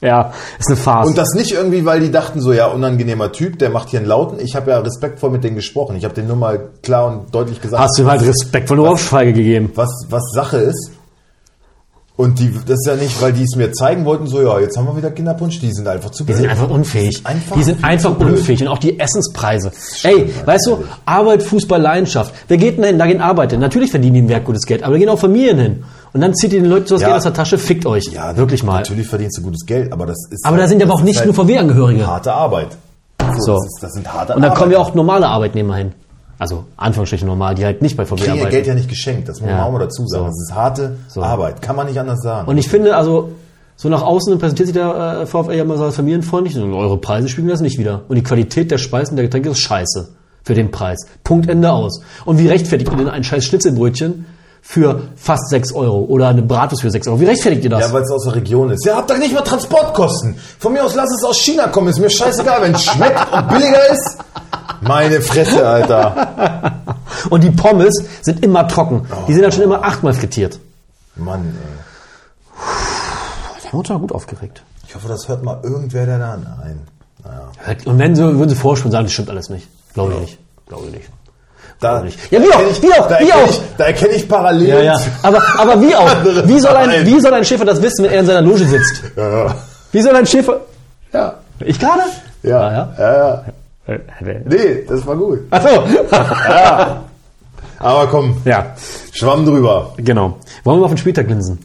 Ja, ist eine Farce.
Und das nicht irgendwie, weil die dachten so, ja, unangenehmer Typ, der macht hier einen Lauten. Ich habe ja respektvoll mit denen gesprochen. Ich habe denen nur mal klar und deutlich gesagt,
hast du ihm halt respektvoll eine Ohrfeige gegeben.
was was Sache ist. Und die, das ist ja nicht, weil die es mir zeigen wollten, so, ja, jetzt haben wir wieder Kinderpunsch, die sind einfach zu
Die
blöd.
sind einfach unfähig.
Einfach
die sind einfach
blöd.
unfähig. Und auch die Essenspreise. Ey, weißt du,
natürlich.
Arbeit, Fußball, Leidenschaft. Wer geht denn hin? Da gehen Arbeiter. Natürlich verdienen die im Werk gutes Geld, aber da gehen auch Familien hin. Und dann zieht ihr den Leuten sowas
Ja.
Geld aus der Tasche, fickt euch.
ja,
wirklich mal.
Natürlich verdienst du gutes Geld, aber das ist. halt-
Aber da sind ja aber auch
das ist
nicht nur VW-Angehörige.
Harte Arbeit.
So.
Das, ist, das sind harte
Und dann
Arbeit.
kommen ja auch normale Arbeitnehmer hin. Also, Anführungsstrichen normal, die halt nicht bei VW
kriegen ihr
arbeiten.
Geld ja nicht geschenkt, das muss
Ja.
man auch mal dazu sagen.
So.
Das ist harte Arbeit, kann man nicht anders sagen.
Und ich finde, also, so nach außen präsentiert sich der äh, VfL ja immer so als familienfreundlich. Und eure Preise spiegeln das nicht wieder. Und die Qualität der Speisen, der Getränke ist scheiße. Für den Preis. Punkt, Ende aus. Und wie rechtfertigt ihr denn ein scheiß Schnitzelbrötchen für fast 6 Euro? Oder eine Bratwurst für 6 Euro? Wie rechtfertigt ihr das?
ja, weil es aus der Region ist. Ja, habt doch nicht mal Transportkosten. Von mir aus lass es aus China kommen, ist mir scheißegal, wenn es schmeckt und billiger ist. Meine Fresse, Alter.
Und die Pommes sind immer trocken.
Oh.
Die sind dann schon immer achtmal frittiert.
Mann, ey.
Da haben wir uns doch gut aufgeregt.
Ich hoffe, das hört mal irgendwer da an. Nein. Naja.
Und wenn sie, würden sie vorspielen, sagen, das stimmt alles nicht. Glaube ich nicht. Glaube ich nicht.
Da,
Ja, wie auch,
erkenne ich-
wie auch,
da
wie
erkenne
auch.
Ich, da erkenne ich parallel.
Ja, ja. Aber, aber wie auch?
Andere
Wie soll, ein,
Verein.
wie soll ein Schäfer das wissen, wenn er in seiner Loge sitzt?
Ja,
Wie soll ein Schäfer.
ja.
Ich gerade? Ah,
Ja, ja. ja, Nee, das war gut.
Achso.
Aber komm,
ja,
Schwamm drüber.
genau. Wollen wir mal auf den Spieltag glinsen?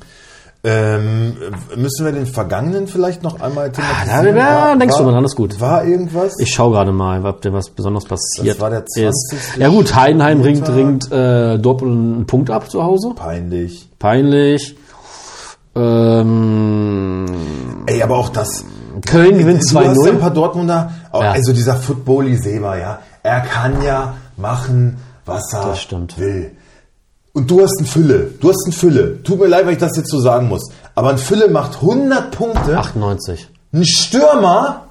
Ähm, müssen wir den Vergangenen vielleicht noch einmal thematisieren?
Ah, da- da
War-
Ah, denkst du
war-
mal dran, ist gut.
War irgendwas?
Ich schaue gerade mal, ob denn was Besonderes passiert
war der
ist.
20.
Ja gut, Heidenheim ringt, ringt
Spieltag.
äh, Dortmund einen Punkt ab zu Hause.
Peinlich.
Peinlich. Ähm,
Ey, aber auch das.
Köln gewinnt
Du hast ja ein
2-0.
paar Dortmunder. Auch,
Ja.
Also dieser Football Seber, ja. Er kann ja machen, was er
Das stimmt.
will. Und du hast einen Fülle. Du hast einen Fülle. Tut mir leid, weil ich das jetzt so sagen muss. Aber ein Fülle macht 100 Punkte.
98.
Ein Stürmer,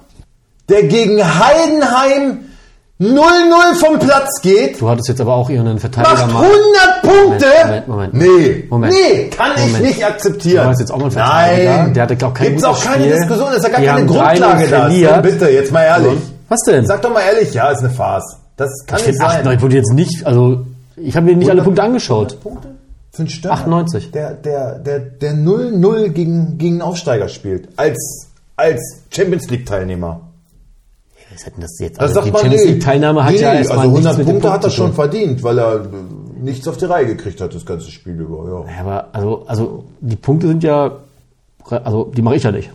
der gegen Heidenheim 0-0 vom Platz geht,
Du hattest jetzt aber auch ihren Verteidiger
macht 100 Punkte.
Moment, Moment.
Nee,
Moment.
nee, kann ich
Moment.
nicht akzeptieren.
Du hast jetzt auch mal einen Verteidiger,
Nein,
der hatte auch kein
Gibt's
gutes
auch keine
Spiel.
Diskussion, ist ja gar
Die
keine
haben 3-0
Grundlage da.
verliert.
Bitte, jetzt mal ehrlich.
Was denn?
Sag doch mal ehrlich, ja, ist eine Farce. Das kann
Ich
nicht
finde
sein.
98 Punkte jetzt nicht, also ich habe mir nicht alle
100
Punkte angeschaut.
Punkte? Für einen Stürmer.
98.
Der der der der 0-0 gegen gegen einen Aufsteiger spielt als als Champions League Teilnehmer.
Was hat denn das jetzt?
Das
Also die
sagt man
Champions
nee.
League Teilnahme hat
Nee,
ja
nee,
erstmal
also
nichts
100
mit dem
Punkte hat er
zu tun.
schon verdient, weil er äh, nichts auf die Reihe gekriegt hat das ganze Spiel über. Ja.
Ja, Aber also also die Punkte sind ja also die mache ich ja nicht.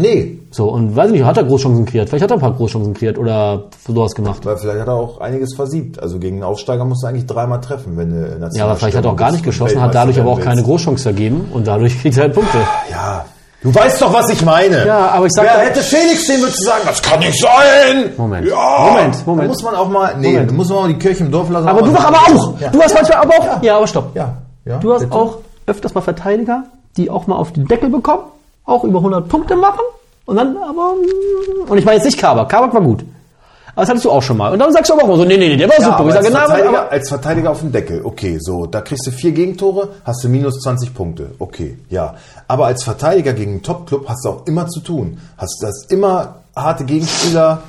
Nee,
So und weiß nicht, hat er Großchancen kreiert? Vielleicht hat er ein paar Großchancen kreiert oder sowas gemacht.
weil vielleicht hat er auch einiges versiebt. Also gegen einen Aufsteiger musst du eigentlich dreimal treffen, wenn du national
Ja, aber vielleicht hat er auch gar nicht geschossen, hat dadurch aber auch keine Großchance vergeben und dadurch kriegt er halt Punkte.
Ja, du weißt doch, was ich meine.
Ja, aber ich sag
Wer
doch-
hätte Felix den würdest du sagen, das kann nicht sein.
Moment.
Ja.
Moment,
Da
Moment.
muss man auch mal, nee,
Moment.
da muss man auch die Kirche im Dorf lassen.
Aber du doch aber auch.
Ja.
Du hast manchmal aber auch. Ja, aber stopp.
Ja. Ja,
du hast
bitte.
auch öfters mal Verteidiger, die auch mal auf den Deckel bekommen, auch über 100 Punkte machen und dann aber mm, und ich meine jetzt nicht Kabak, Kabak war gut. Aber das hattest du auch schon mal. Und dann sagst du aber auch mal so, nee, nee, nee, der war
Ja,
super.
aber
Ich
als,
sage, na, aber,
Verteidiger,
aber
als Verteidiger auf den Deckel, okay, so, da kriegst du vier Gegentore, hast du minus 20 Punkte, okay, ja. Aber als Verteidiger gegen einen Top-Club hast du auch immer zu tun. Hast das immer harte Gegenspieler,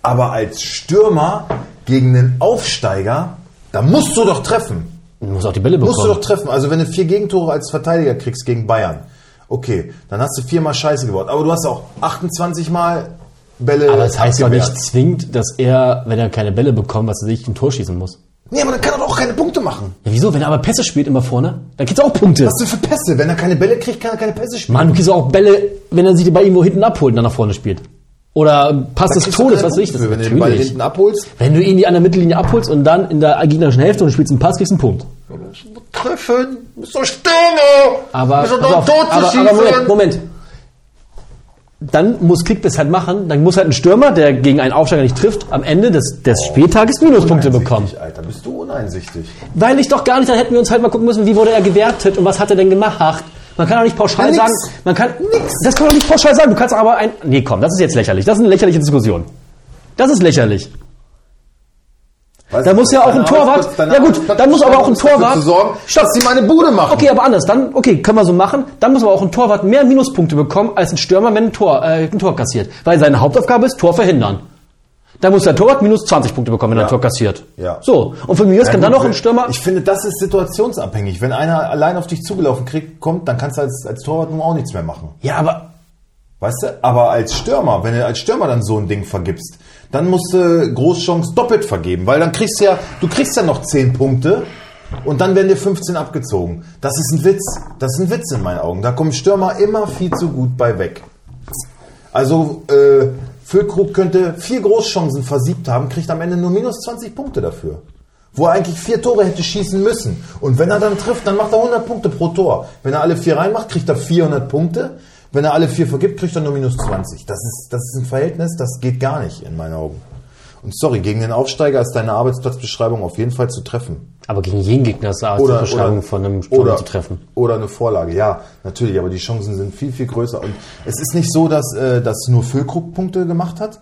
aber als Stürmer gegen einen Aufsteiger, da musst du doch treffen.
du musst auch die Bälle bekommen.
Musst du doch treffen. Also wenn du vier Gegentore als Verteidiger kriegst gegen Bayern, okay, dann hast du viermal Scheiße gebaut. Aber du hast auch 28 Mal Bälle
aber das heißt doch
abgewehrt.
nicht zwingend, dass er, wenn er keine Bälle bekommt, was er sich ein Tor schießen muss.
Nee, aber dann kann er doch auch keine Punkte machen.
Ja, wieso? Wenn er aber Pässe spielt immer vorne, dann kriegst du auch Punkte.
Was denn für Pässe? Wenn er keine Bälle kriegt, kann er keine Pässe spielen.
Mann, du kriegst auch Bälle, wenn er sich die Ball irgendwo hinten abholt und dann nach vorne spielt. Oder Pass des
kriegst du
Todes,
keine
was weiß ich.
Punkte
Das
für, Wenn du den Ball hinten abholst,
Wenn du ihn die an der Mittellinie abholst und dann in der gegnerischen Hälfte und spielst einen Pass, kriegst du einen Punkt.
treffen, bist du Stürmer!
Aber,
bist du
pass
doch
auf,
tot zu
aber, aber
schießen!
Moment, Moment. Dann muss Kick das halt machen. Dann muss halt ein Stürmer, der gegen einen Aufsteiger nicht trifft, am Ende des, des Spieltages Minuspunkte
Uneinsichtig,
bekommen.
Alter, bist du uneinsichtig.
Weil ich doch gar nicht, dann hätten wir uns halt mal gucken müssen, wie wurde er gewertet und was hat er denn gemacht. Man kann doch nicht pauschal
Ja, nix.
sagen, man kann, das kann doch nicht pauschal sagen. Du kannst aber ein, nee, komm, das ist jetzt lächerlich. Das ist eine lächerliche Diskussion. Das ist lächerlich.
Weißt
Da
du,
muss ja auch
deine
ein Torwart-
Arbeitsplatz- deine
Ja gut,
Arbeitsplatz-
dann muss aber auch ein
ist dafür
Torwart-
zu sorgen, dass sie meine Bude machen.
Okay, aber anders. Dann, okay, können wir so machen. Dann muss aber auch ein Torwart mehr Minuspunkte bekommen als ein Stürmer, wenn ein Tor, äh, ein Tor kassiert. Weil seine Hauptaufgabe ist, Tor verhindern.
Da muss der Torwart minus 20 Punkte bekommen, wenn er
Ja.
ein Tor kassiert.
Ja.
So. Und von mir aus kann
Ja,
dann
gut,
noch ein Stürmer.
Ich finde, das ist situationsabhängig. Wenn einer allein auf dich zugelaufen kriegt, kommt, dann kannst du als, als Torwart nun auch nichts mehr machen.
ja, aber
Weißt du? Aber als Stürmer, wenn du als Stürmer dann so ein Ding vergibst, dann musst du Großchance doppelt vergeben, weil dann kriegst du ja, du kriegst ja noch 10 Punkte und dann werden dir 15 abgezogen. Das ist ein Witz. Das ist ein Witz in meinen Augen. Da kommen Stürmer immer viel zu gut bei weg. Also, äh, Füllkrug könnte vier Großchancen versiebt haben, kriegt am Ende nur minus 20 Punkte dafür. Wo er eigentlich vier Tore hätte schießen müssen. Und wenn er dann trifft, dann macht er 100 Punkte pro Tor. Wenn er alle vier reinmacht, kriegt er 400 Punkte. Wenn er alle vier vergibt, kriegt er nur minus 20. Das ist, das ist ein Verhältnis, das geht gar nicht in meinen Augen. Und sorry, gegen den Aufsteiger ist deine Arbeitsplatzbeschreibung auf jeden Fall zu treffen.
Aber gegen jeden Gegner ist eine
Oder,
Beschreibung
oder,
von einem Stürmer
oder,
zu treffen.
Oder eine Vorlage, ja, natürlich, aber die Chancen sind viel, viel größer. Und es ist nicht so, dass, äh, dass nur Füllkrug Punkte gemacht hat.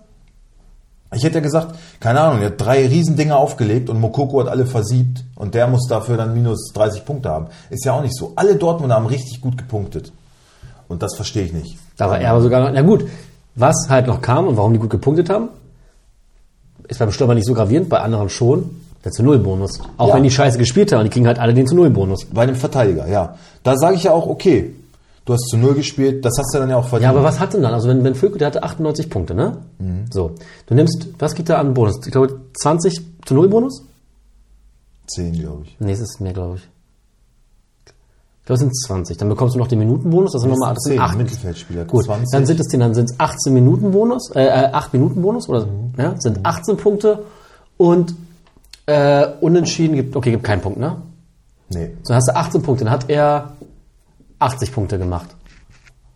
Ich hätte ja gesagt, keine Ahnung, er hat drei Riesendinger aufgelegt und Mokoko hat alle versiebt und der muss dafür dann minus 30 Punkte haben. Ist ja auch nicht so. Alle Dortmunder haben richtig gut gepunktet. Und das verstehe ich nicht.
Da war er aber sogar noch. Na gut, was halt noch kam und warum die gut gepunktet haben, ist beim Stürmer nicht so gravierend, bei anderen schon. Der zu Null Bonus. Auch
Ja.
wenn die Scheiße gespielt haben, die kriegen halt alle den zu Null Bonus.
Bei einem Verteidiger, ja. Da sage ich ja auch, okay, du hast zu Null gespielt, das hast du dann ja auch
Ja,
verdient.
aber was hat denn dann? Also wenn, wenn Füllkrug, der hatte 98 Punkte, ne? So. Du nimmst, was gibt da an Bonus? Ich glaube 20 zu Null Bonus?
Zehn, glaube ich.
Nee, es ist mehr, glaube ich. Ich glaube, es sind 20. Dann bekommst du noch den Minutenbonus, das sind nochmal das sind
10
acht.
Mittelfeldspieler,
Gut,
20.
dann sind es den, dann sind es 18 Minuten Bonus, äh, äh, 8 Minuten Bonus oder ja, sind 18 Punkte und äh, unentschieden gibt okay, gibt keinen Punkt, ne?
Nee.
So hast du 18 Punkte, dann hat er 80 Punkte gemacht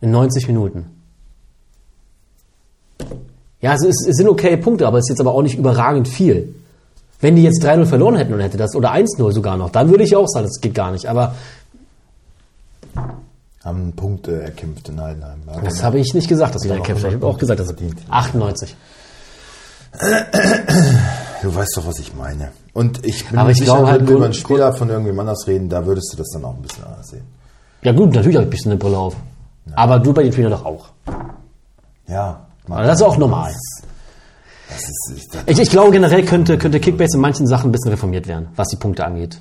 in 90 Minuten. Ja, es, ist, es sind okay Punkte, aber es ist jetzt aber auch nicht überragend viel. Wenn die jetzt 3-0 verloren hätten und hätte das oder 1-0 sogar noch, dann würde ich auch sagen, das geht gar nicht, aber
Haben einen Punkt äh, erkämpft in Heidenheim. Ja, genau.
Das habe ich nicht gesagt, dass ich da
Doch,
gekämpft habe. Ich habe auch gesagt, dass
verdient.
98.
Du weißt doch, was ich meine. Und ich bin
Aber
mir
ich glaube halt,
würden wir über einen
Grund-
Spieler von irgendjemand anders reden, da würdest du das dann auch ein bisschen anders sehen.
Ja gut, natürlich habe ich ein bisschen eine Brille auf. Aber du bei den Spielern doch auch.
Ja.
Aber das ist auch normal.
Das ist, ich, das,
Ich, ich glaube generell könnte, könnte Kickbase in manchen Sachen ein bisschen reformiert werden, was die Punkte angeht.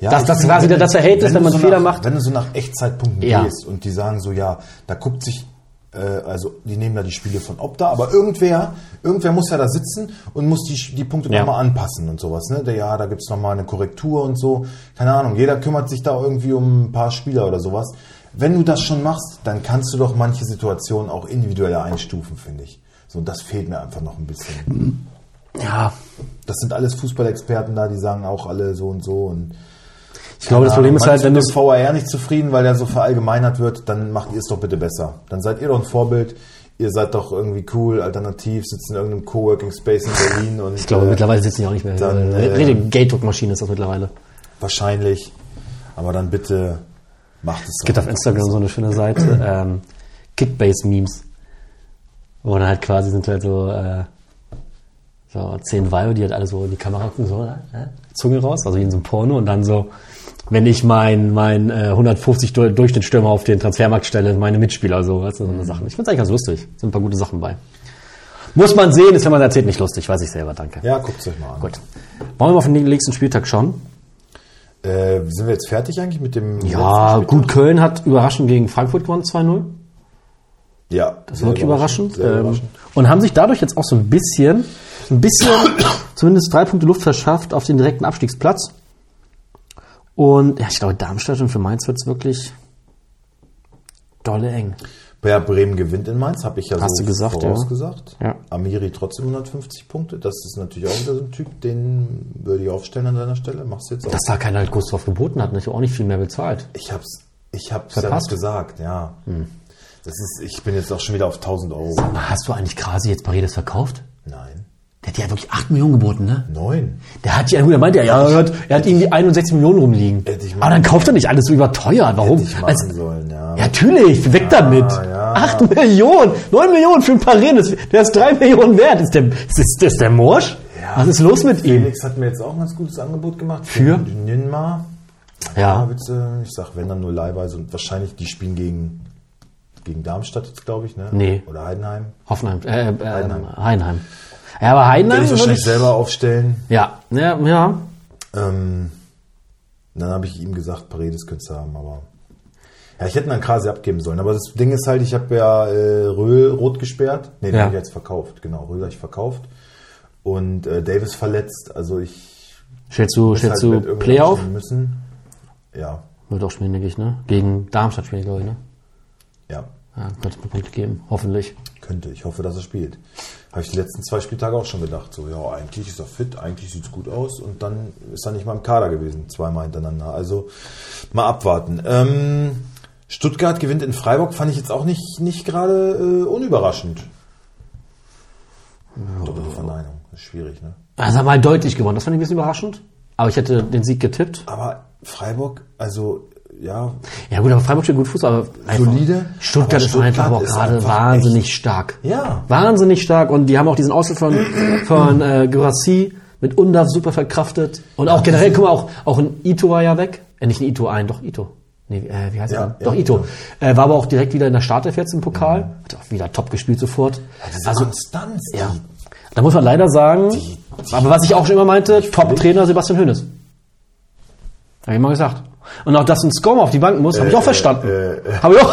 ja,
das-
ich
das
finde,
quasi das Verhältnis, wenn
du
man
so
Fehler
nach,
macht.
Wenn du so nach Echtzeitpunkten
Ja.
gehst und die sagen so, ja, da guckt sich, äh, also die nehmen da die Spiele von Opta, aber irgendwer, irgendwer muss ja da sitzen und muss die, die Punkte
Ja.
nochmal anpassen und sowas. Ne? Der, ja, da gibt's noch nochmal eine Korrektur und so. Keine Ahnung, jeder kümmert sich da irgendwie um ein paar Spieler oder sowas. Wenn du das schon machst, dann kannst du doch manche Situationen auch individuell einstufen, finde ich. So, das fehlt mir einfach noch ein bisschen.
Ja,
Das sind alles Fußballexperten da, die sagen auch alle so und so. Und
ich glaube, das Problem ist halt, wenn du
mit dem VAR nicht zufrieden, weil der so verallgemeinert wird, dann macht ihr es doch bitte besser. Dann seid ihr doch ein Vorbild. Ihr seid doch irgendwie cool, alternativ, sitzt in irgendeinem Coworking Space in Berlin und
ich glaube,
äh,
mittlerweile sitzen die auch nicht mehr.
dann,
Äh,
äh,
Rede Gelddruckmaschine ist das mittlerweile.
wahrscheinlich. Aber dann bitte macht es.
Es gibt auf Instagram so eine schöne Seite, ähm, Kickbase-Memes. Wo dann halt quasi sind halt so, äh, so zehn Weibe, die halt alle so in die Kamera gucken, so, äh, Zunge raus, also wie in so einem Porno und dann so, wenn ich mein, mein äh, 150 Dur- Durchschnittsstürmer auf den Transfermarkt stelle, meine Mitspieler, so, weißt du, so eine Sachen. Ich find's eigentlich ganz lustig. Sind ein paar gute Sachen bei. Muss man sehen, ist, wenn man erzählt, nicht lustig, weiß ich selber, danke.
Ja, guckt es euch mal an.
Gut. Wollen wir mal auf den nächsten Spieltag schauen?
Äh, sind wir jetzt fertig eigentlich mit dem
Ja,
letzten Spiel?
gut, Köln hat überraschend gegen Frankfurt gewonnen, 2-0.
Ja, das
Wirklich überraschend.
Sehr
ähm,
überraschend.
Und haben sich dadurch jetzt auch so ein bisschen, ein bisschen zumindest drei Punkte Luft verschafft auf den direkten Abstiegsplatz. Und ja, ich glaube, Darmstadt und für Mainz wird es wirklich dolle eng.
Ja, Bremen gewinnt in Mainz, habe ich ja
Hast
so
du gesagt, ja.
vorausgesagt.
Ja.
Amiri trotzdem 150 Punkte. Das ist natürlich auch wieder so ein Typ, den würde ich aufstellen an seiner Stelle. Machst du jetzt auch.
Dass da keiner halt groß drauf geboten hat, natürlich auch nicht viel mehr bezahlt.
ich hab's, ich hab's ja
Verpasst. Hm.
noch gesagt, ja. Das ist, ich bin jetzt auch schon wieder auf 1000 Euro.
Hast du eigentlich Krasi jetzt Paredes verkauft?
Nein.
Der hat ja wirklich 8 Millionen geboten, ne?
Neun.
Der hat ja, gut, er meinte ja, ja, er hat, er hat irgendwie 61 Millionen rumliegen.
Hätte ich mal-
Aber dann kauft er nicht alles so überteuert. Warum? Also,
Hätte ich machen
Weil's-
sollen, ja.
Oh, Ja, Natürlich, weg damit.
ja.
Acht Millionen, neun Millionen für ein Paredes. Der ist drei Millionen wert. Ist der, ist, ist, ist der Morsch?
Ja.
Was ist los mit ihm?
Felix hat mir jetzt auch ein ganz gutes Angebot gemacht.
Für?
Ninma. Ja,
Ja,
bitte. Ich sag, wenn dann nur leihweise und wahrscheinlich die spielen gegen, gegen Darmstadt jetzt, glaube ich, ne?
Nee.
Oder Heidenheim.
Hoffenheim, äh, äh, Heidenheim. Ja, aber Heidenheim
ich
würde
wahrscheinlich
ich...
selber aufstellen.
Ja, ja, ja.
Ähm, dann habe ich ihm gesagt, Paredes könntest du haben, aber. Ja, ich hätte einen Krasi abgeben sollen. Aber das Ding ist halt, ich habe ja äh, Röhl rot gesperrt. Nee, den
Ja.
habe ich jetzt verkauft. Genau, Röhl habe ich verkauft. Und äh, Davis verletzt. Also ich
Stellst du,
muss
stellst du
halt mit irgendwas
Play auf?
spielen müssen. Ja,
Wird auch spielen, denke ich, ne? Gegen Darmstadt spielen, glaube ich, ne?
ja.
Ja, wird einen Punkt geben, hoffentlich.
Könnte. Ich hoffe, dass er spielt. Habe ich die letzten zwei Spieltage auch schon gedacht. So, ja, eigentlich ist er fit, eigentlich sieht's gut aus. Und dann ist er nicht mal im Kader gewesen, zweimal hintereinander. Also mal abwarten. Ähm, Stuttgart gewinnt in Freiburg, fand ich jetzt auch nicht, nicht gerade äh, unüberraschend. Doppelte Verneinung. Ist schwierig, ne?
Also haben wir halt deutlich gewonnen. Das fand ich ein bisschen überraschend. Aber ich hätte den Sieg getippt.
Aber Freiburg, also ja,
Ja gut, aber Freiburg spielt gut Fußball. Aber einfach-
Solide.
Stuttgart
Aber
ist einfach
Stuttgart
aber auch
ist
gerade
einfach
wahnsinnig stark.
Ja.
Wahnsinnig stark. Und die haben auch diesen Ausfall von, von äh, Gyrassi mit Undav super verkraftet. Und auch generell, guck mal, auch, auch ein Ito war ja weg. Äh, nicht ein Ito, ein, doch Ito. Nee, äh, wie heißt
Ja,
er? denn?
ja,
doch Ito. Äh, war aber auch direkt wieder in der Startelf jetzt im Pokal. Hat auch wieder top gespielt sofort.
diese
Also,
Konstanz. die-
ja. Da muss man leider sagen, aber was ich auch schon immer meinte, Top-Trainer Sebastian Hönes. Hab ich immer gesagt. Und auch, dass ein Scorm auf die Bank muss, habe ich auch
Äh,
verstanden. Habe ich auch.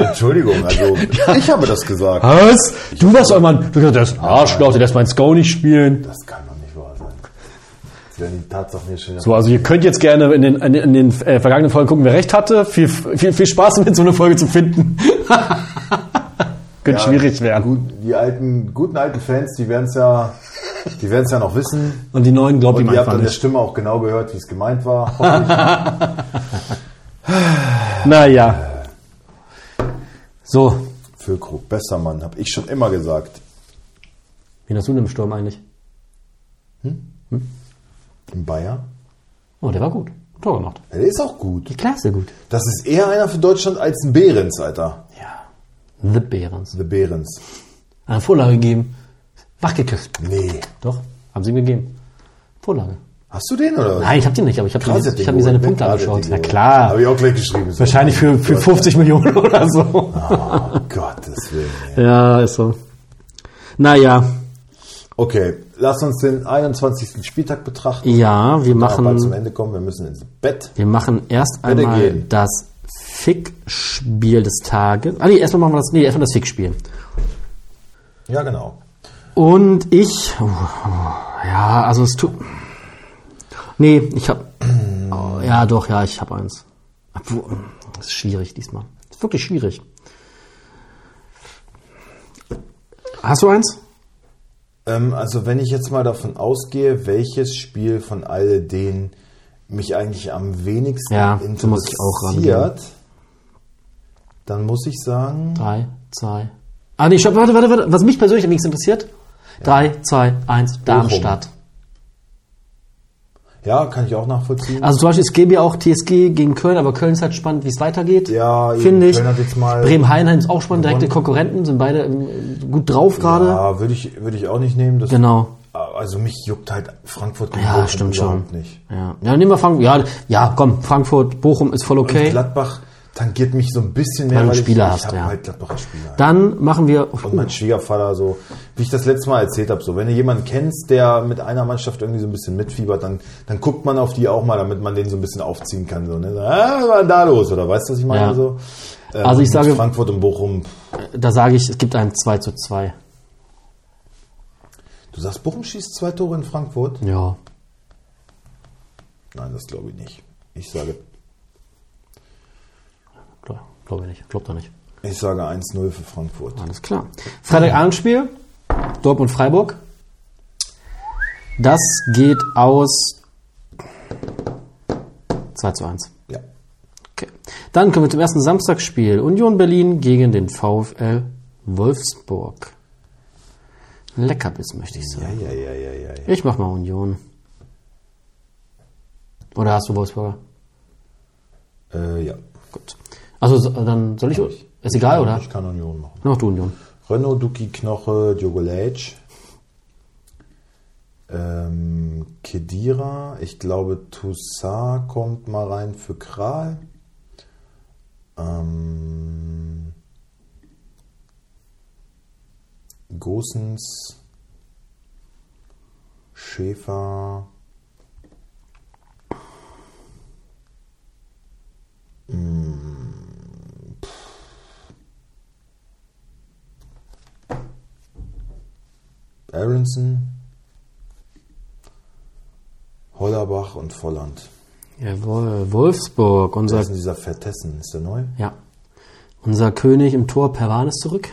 Entschuldigung, also ich habe das gesagt.
Was? Du warst auch immer, ein- du hast gesagt, der ist ein Arschloch, der lässt mein Sko nicht spielen.
Das kann doch nicht wahr sein. Das werden die Tatsachen hier schon.
So, also ihr könnt jetzt gerne in den, in den, in den äh, vergangenen Folgen gucken, wer recht hatte. Viel, viel, viel Spaß damit, so eine Folge zu finden. Könnte
Ja,
schwierig werden.
Gut, die alten, guten alten Fans, die werden es ja, die werden's ja noch wissen.
Und die Neuen glaubt
Und
ihm
ihr habt
einfach
an der
nicht.
Stimme auch genau gehört, wie es gemeint war. Hoffentlich.
Naja.
So,
Füllkrug, besser Mann, habe ich schon immer gesagt.
wen hast du denn im Sturm eigentlich?
Ein Bayer.
Oh, der war gut. Tor gemacht.
Ja, Der ist auch gut.
Klar ist der gut.
Das ist eher einer für Deutschland als ein Behrens, Alter.
Ja. The Behrens.
The Behrens.
Eine Vorlage gegeben. Wachgeküsst.
Nee.
Doch, haben sie ihm gegeben. Vorlage.
Hast du den oder?
Nein, ich habe die nicht, aber ich habe
Krass,
hab
hat den
mir seine
geholt,
Punkte
ne? Krass, hat
angeschaut.
den
Na
geholt.
klar.
Habe ich auch gleich geschrieben. So.
Wahrscheinlich für, für 50 Millionen oder so.
Oh, Gottes Willen. ey.
Ja, ist so. Naja,
Okay, lass uns den 21. Spieltag betrachten.
ja, wir
Machen. Genau, Bald zum
machen,
Ende kommen, wir müssen ins Bett.
wir machen erst
Bitte
einmal
gehen.
das Fick-Spiel des Tages. Ah, nee, erstmal machen wir das, nee, erstmal das Fick-Spiel.
Ja, genau.
Und ich, oh, ja, also es tut, nee, ich hab, oh, ja, doch, ja, ich hab eins. Obwohl, Das ist schwierig diesmal. Das ist wirklich schwierig. Hast du eins?
Ähm, also wenn ich jetzt mal davon ausgehe, welches Spiel von all denen mich eigentlich am wenigsten
Ja, so muss ich auch
interessiert, dann muss ich sagen,
Drei, zwei. Ah, nee, stopp, warte, warte, warte. Was mich persönlich am wenigsten interessiert? Drei, zwei, eins, Darmstadt.
ja, kann ich auch nachvollziehen.
Also zum Beispiel, es gäbe ja auch TSG gegen Köln, aber Köln ist halt spannend, wie es weitergeht.
Ja, eben.
finde ich.
Köln hat jetzt mal
Bremen-Heinheim ist auch spannend, direkte
gewonnen.
Konkurrenten, sind beide ähm, gut drauf gerade.
ja, würde ich, würde ich auch nicht nehmen. Das,
Genau.
Also mich juckt halt Frankfurt gegen
Ja,
Bochum
stimmt schon.
überhaupt nicht.
Ja. ja, nehmen wir Frankfurt. Ja, ja, komm, Frankfurt, Bochum ist voll
Und
okay.
Gladbach tangiert mich so ein bisschen mehr,
Weil du
ich, ich
Spieler hast,
habe
ja.
halt Gladbacher Spieler.
Dann machen wir.
Und mein Schwiegervater, so wie ich das letzte Mal erzählt habe, so wenn du jemanden kennst, der mit einer Mannschaft irgendwie so ein bisschen mitfiebert, dann, dann guckt man auf die auch mal, damit man den so ein bisschen aufziehen kann. So, ne? so, ah, was war denn da los? Oder weißt du, was ich meine?
Ja.
So, ähm,
Also ich
mit
sage-
Frankfurt und Bochum.
Da sage ich, es gibt ein 2 zu 2.
Du sagst, Bochum schießt zwei Tore in Frankfurt?
Ja.
Nein, das glaube ich nicht. Ich sage,
Glaube glaub ich nicht. Glaub da nicht.
ich sage 1-0 für Frankfurt.
Alles klar. Freitagabendspiel, Dortmund-Freiburg. Das geht aus 2 zu 1.
Ja.
Okay. Dann kommen wir zum ersten Samstagsspiel. Union Berlin gegen den VfL Wolfsburg. Leckerbiss, möchte ich sagen.
Ja, ja, ja, ja, ja. ja.
Ich mach mal Union. Oder hast du Wolfsburger?
Äh, ja.
Gut. Also so- dann soll ich. Ist egal, oder?
Ich kann Union machen.
Noch du Union.
Renault, Duki, Knoche, Djogolec, ähm, Kedira, ich glaube Toussaint kommt mal rein für Kral. Ähm, Gosens, Schäfer. Mm, Aronson, Hollerbach und Volland.
Jawohl, Wolfsburg,
Wer
unser,
ist denn dieser Vertessen? Ist der neu?
ja, unser König im Tor Perwan ist zurück.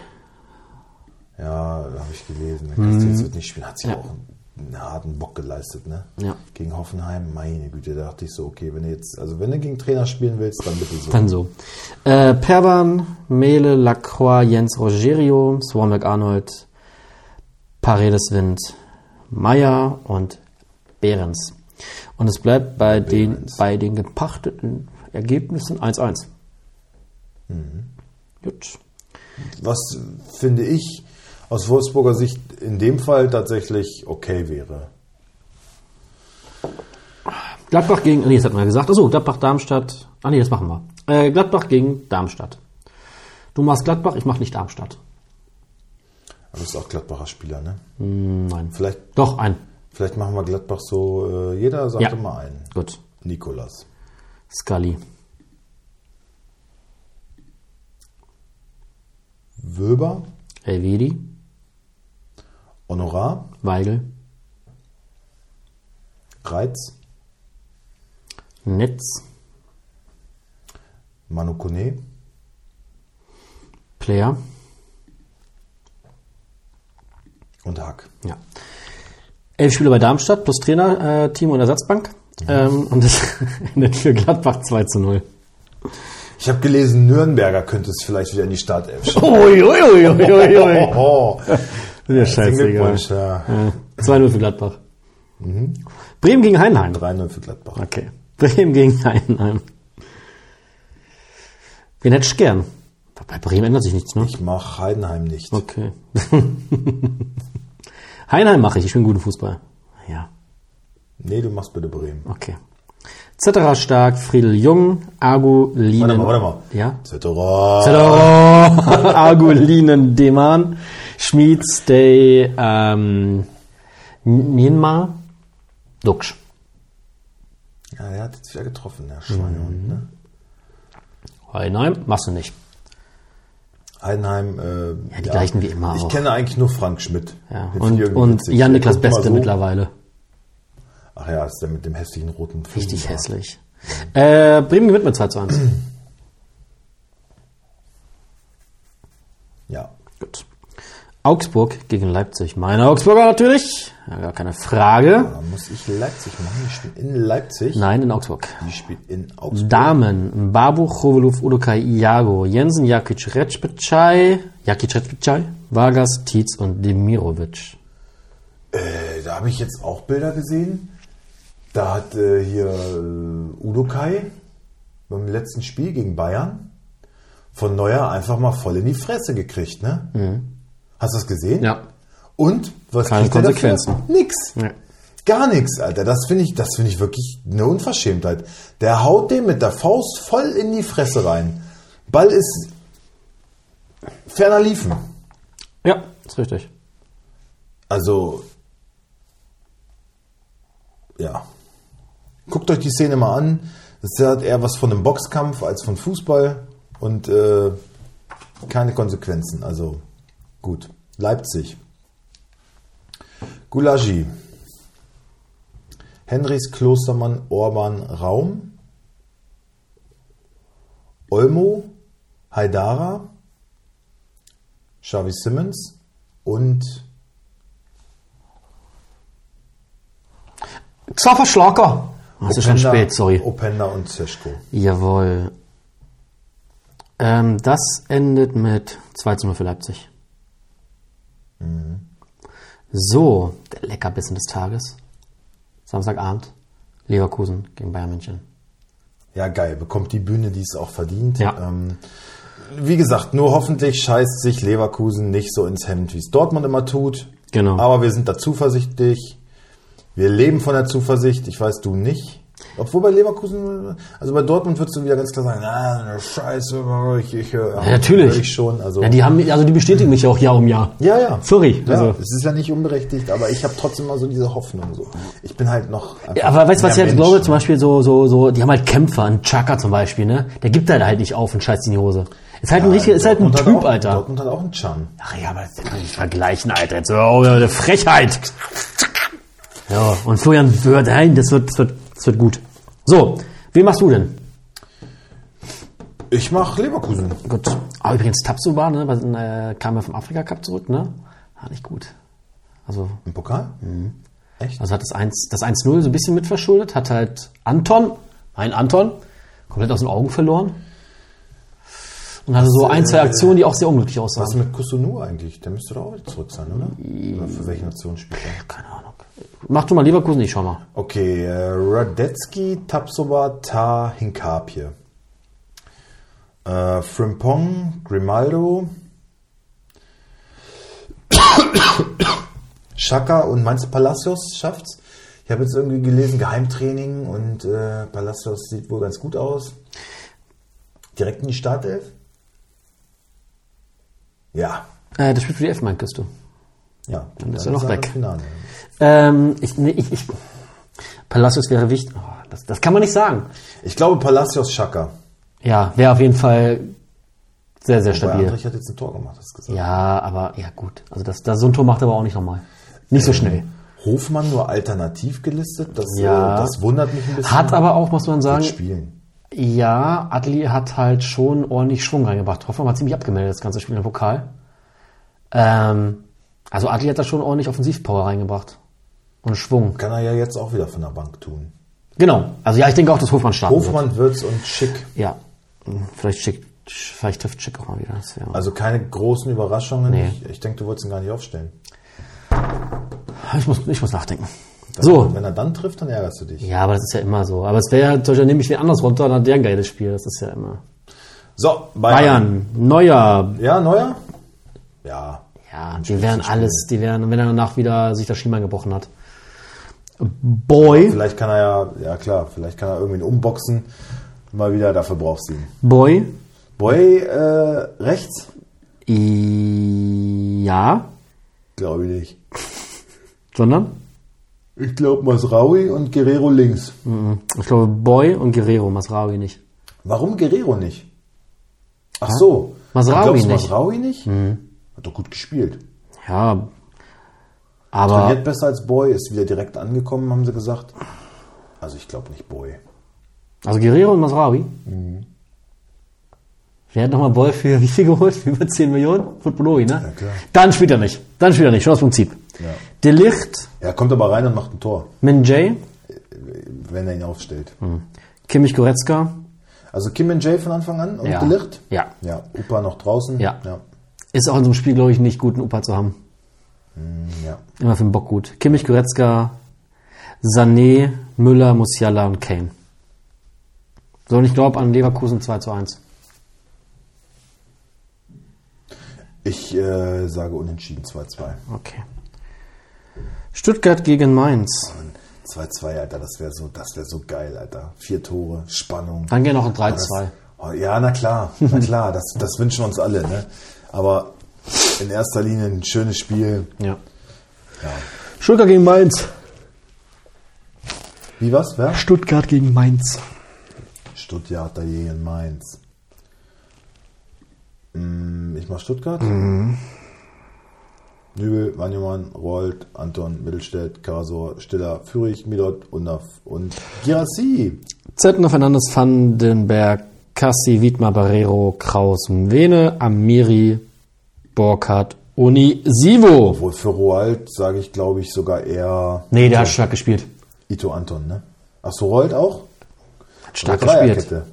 Ja, habe ich gelesen. Der
Mhm.
Castells wird nicht spielen. Hat sich auch einen harten Bock geleistet, ne?
Ja.
Gegen Hoffenheim, meine Güte, da dachte ich so, okay, wenn du jetzt, also wenn du gegen Trainer spielen willst, dann bitte so.
Dann so. Äh, Perwan, Mele, Lacroix, Jens Rogerio, Swan McArnold, Paredes Wind, Meyer und Behrens. Und es bleibt bei, den, bei den gepachteten Ergebnissen 1-1. Gut.
Was finde ich aus Wolfsburger Sicht in dem Fall tatsächlich okay wäre.
Gladbach gegen, nee, das hatten wir gesagt. Achso, Gladbach, Darmstadt. Ah nee, das machen wir. Äh, Gladbach gegen Darmstadt. Du machst Gladbach, ich mach nicht Darmstadt.
Aber du bist auch Gladbacher Spieler, ne?
Nein.
Vielleicht,
Doch, ein.
vielleicht machen wir Gladbach so, äh, jeder sagt
Ja.
immer einen.
Gut.
Nikolas.
Scully.
Wöber,
Elvedi.
Honorar,
Weigel.
Reiz,
Netz.
Manu Kone,
Player.
und Hack.
Ja. Elf Spieler bei Darmstadt plus Trainer, äh, Team und Ersatzbank. Ähm, und das endet für Gladbach 2 zu 0.
Ich habe gelesen, Nürnberger könnte es vielleicht wieder in die Startelf schaffen.
Uiuiuiuiui.
Oh,
Ja,
Herzlichen
scheißegal.
Glückwunsch, ja.
2-0 Äh, für Gladbach. Bremen gegen Heidenheim.
3-0 für Gladbach.
Okay. Bremen gegen Heidenheim. Wen hättest du gern? Bei Bremen ändert sich nichts, ne?
Ich mache Heidenheim nicht.
Okay. Heidenheim mache ich. Ich bin guten Fußball. Ja.
Nee, du machst bitte Bremen.
Okay. Zetterer stark, Friedel Jung, Agulinen.
Warte mal, warte mal.
Ja.
Zetterer.
Zetterer, Agulinen, Deman, Schmied, Stay, ähm, Nienma, Duxch.
Ja, der hat jetzt wieder getroffen, der
Mhm.
Schweinehund. Ne?
Heidenheim, machst du nicht.
Heidenheim. Äh, ja,
die gleichen wie immer
Ich
auch.
kenne eigentlich nur Frank Schmidt.
Ja.
Den find ich
Und,
irgendwie
und
witzig.
Jan
Der
Niklas
guckt mal
Beste
so.
mittlerweile.
Ach ja, ist der mit dem hässlichen roten Film.
Richtig hässlich. Äh, Bremen gewinnt mit 2 zu 1.
Ja.
Gut. Augsburg gegen Leipzig. Meine Augsburger natürlich. Ja, gar keine Frage.
Dann muss ich Leipzig machen. Die spielen in Leipzig.
Nein, in Augsburg.
Die spielt in Augsburg.
Damen. Babu, Chovelov, Udokai, Iago, Jensen, Jakic, Retschpitschei, Jakic, Retschpitschei, Vargas, Tietz und Demirovic.
Äh, da habe ich jetzt auch Bilder gesehen. Da hat äh, hier äh, Udo Kai beim letzten Spiel gegen Bayern von Neuer einfach mal voll in die Fresse gekriegt, ne? Hast du das gesehen?
Mhm. Ja.
Und was
Keine
kriegt er dafür?
Konsequenzen.
Nix.
Ja.
Gar nichts, Alter. Das finde ich, das finde ich wirklich eine Unverschämtheit. Der haut dem mit der Faust voll in die Fresse rein. Ball ist ferner liefen.
Ja, ist richtig.
Also, ja. Guckt euch die Szene mal an. Das hat eher was von einem Boxkampf als von Fußball und äh, keine Konsequenzen. Also, gut. Leipzig. Gulagi. Henrys, Klostermann, Orban, Raum. Olmo, Haidara, Xavi Simmons und
Xaver Schlager. Es ist schon
Openda-
spät, sorry.
Openda und Seschko.
Jawohl. Ähm, das endet mit 2 zu 0 für Leipzig. Mhm. So, der Leckerbissen des Tages. Samstagabend. Leverkusen gegen Bayern München.
Ja, geil. Bekommt die Bühne, die es auch verdient.
Ja.
Ähm, wie gesagt, nur hoffentlich scheißt sich Leverkusen nicht so ins Hemd, wie es Dortmund immer tut.
Genau.
Aber wir sind da zuversichtlich. Wir leben von der Zuversicht. Ich weiß, du nicht. Obwohl bei Leverkusen, also bei Dortmund würdest du wieder ganz klar sagen, ah, eine Scheiße, ich, ich, äh, ja,
natürlich.
Ich schon, also.
Ja, die haben, also die bestätigen mich ja auch Jahr um Jahr.
Ja, ja.
Sorry,
Ja,
also-
Es ist ja nicht unberechtigt, aber ich habe trotzdem mal so diese Hoffnung. So. Ich bin halt noch.
Ja, aber weißt du, was ich
mehr
halt
Mensch.
glaube? Zum Beispiel so, so, so, die haben halt Kämpfer, ein Chaka zum Beispiel, ne? Der gibt halt halt nicht auf und scheißt in die Hose. Ist halt ein richtiger, ist halt ein
Dortmund hat
Typ,
auch,
Alter.
Dortmund hat auch einen Charme.
Ach ja, aber das kann man nicht vergleichen, Alter. Jetzt, oh, eine Frechheit. Ja, und Florian wird, nein, das wird, das wird, das wird gut. So, wen machst du denn?
Ich mache Leverkusen.
Gut. Ah, übrigens, Tapsuba, ne? was, äh, Kam ja vom Afrika-Cup zurück, ne? War nicht gut. Also,
Im Pokal? Echt?
Also hat das 1 das 1-0 so ein bisschen mitverschuldet, hat halt Anton, mein Anton, komplett aus den Augen verloren. Und hatte so ein, zwei Aktionen, die auch sehr unglücklich
Was ist
aussahen.
mit Kusunu eigentlich? Der müsste doch auch wieder zurück sein, oder? oder für welche Nation spielt er?
Keine Ahnung. Mach du mal Leverkusen, ich schau mal.
Okay, äh, Radetzky, Tapsoba, Ta, Hinkapie. Äh, Frimpong, Grimaldo, Schaka und meinst du Palacios schafft's? Ich habe jetzt irgendwie gelesen, Geheimtraining und äh, Palacios sieht wohl ganz gut aus. Direkt in die Startelf? Ja.
Äh, das spielt für die F, meintest du.
Ja, dann
ist er noch
er
weg.
im Finale.
Ähm, ich, nee, ich, ich. Palacios wäre wichtig. Oh, das, das kann man nicht sagen.
Ich glaube Palacios Schaka.
Ja, wäre auf jeden Fall sehr, sehr
Weil
stabil.
Andrich hat jetzt ein Tor gemacht, hast du gesagt.
Ja, aber ja gut. Also das, das so ein Tor macht er aber auch nicht nochmal. Nicht so schnell.
Hofmann nur alternativ gelistet. Das,
Ja.
äh, das wundert mich ein bisschen.
Hat aber auch, muss man sagen,
Mit Spielen.
Ja, Adli hat halt schon ordentlich Schwung reingebracht. Hoffmann war ziemlich abgemeldet, das ganze Spiel im Pokal. Ähm, also Adli hat da schon ordentlich Offensivpower reingebracht. Und Schwung.
Kann er ja jetzt auch wieder von der Bank tun.
Genau. Also ja, ich denke auch, dass Hofmann starten wird.
Hofmann, Wirtz und Schick.
Ja. Hm, Vielleicht schickt, vielleicht trifft Schick auch mal wieder. Das wäre-
Also keine großen Überraschungen.
Nee.
Ich, ich denke, du wolltest ihn gar nicht aufstellen.
Ich muss, ich muss nachdenken.
Wenn,
So.
Wenn er dann trifft, dann ärgerst du dich.
Ja, aber das ist ja immer so. Aber es wäre, zum Beispiel nehme ich wen anders runter und hat der ein geiles Spiel. Das ist ja immer.
So,
Bayern, Neuer.
Ja, Neuer? Ja.
Ja, die wären alles, die wären, wenn er danach wieder sich das Schienbein gebrochen hat. Boy.
Vielleicht kann er ja, ja klar, vielleicht kann er irgendwen umboxen. Mal wieder, dafür brauchst du ihn.
Boy.
Boy, äh, rechts?
I- Ja,
Glaube ich nicht.
sondern?
Ich glaube Masraui und Guerrero links.
Ich glaube Boy und Guerrero, Masraoui nicht.
Warum Guerrero nicht? Ach so.
Masraoui
Glaubst du
nicht. Mhm.
Masraoui nicht? Hat doch gut gespielt.
Ja,
Ah.
aber
Trainiert besser als Boy, ist wieder direkt angekommen, haben sie gesagt. Also ich glaube nicht Boy.
also Guerrero und Masraoui.
Mhm.
Wer hat nochmal Boy für wie viel geholt? Für über 10 Millionen? Footballowi, ne?
klar.
Dann spielt er nicht. Dann spielt er nicht, schon aus Prinzip.
Ja.
De Licht,
Er kommt aber rein und macht ein Tor,
Minjay,
wenn er ihn aufstellt.
Mhm. Kimmich Goretzka.
Also Kim and Jay von Anfang an und
Ja.
De Licht?
Ja.
Ja, Upa noch draußen.
Ja.
ja.
Ist auch in so einem Spiel, glaube ich, nicht gut, einen Upa zu haben.
ja.
Immer für den Bock gut. Kimmich Goretzka, Sané, Müller, Musiala und Kane. So, und ich glaube an Leverkusen 2 zu 1.
Ich äh, sage unentschieden 2-2.
Okay. Stuttgart gegen Mainz.
2-2, Alter, das wäre so, das wäre so geil, Alter. Vier Tore, Spannung.
Dann gehen auch ein 3
Das-
2.
Oh, ja, na klar, na klar, das, das wünschen uns alle. Ne? Aber in erster Linie ein schönes Spiel.
Ja. Stuttgart gegen Mainz.
Wie was? Wer?
Stuttgart gegen Mainz.
Stuttgart gegen Mainz. Mm, Ich mach Stuttgart. Nübel, Wannemann, Rollt, Anton, Mittelstädt, Karasor, Stiller, Fürich, Milot, Unaf und Girassi.
Zettner, Fernandes, Vandenberg, Cassi, Wiedmar, Barrero, Kraus, Mwene, Amiri, Borkhardt, Unisivo.
Obwohl für Roald sage ich, glaube ich, sogar eher
Nee, der hat stark gespielt.
Ito Anton, ne? Achso, Rold auch?
Hat stark
Oder
gespielt.
Dreierkette.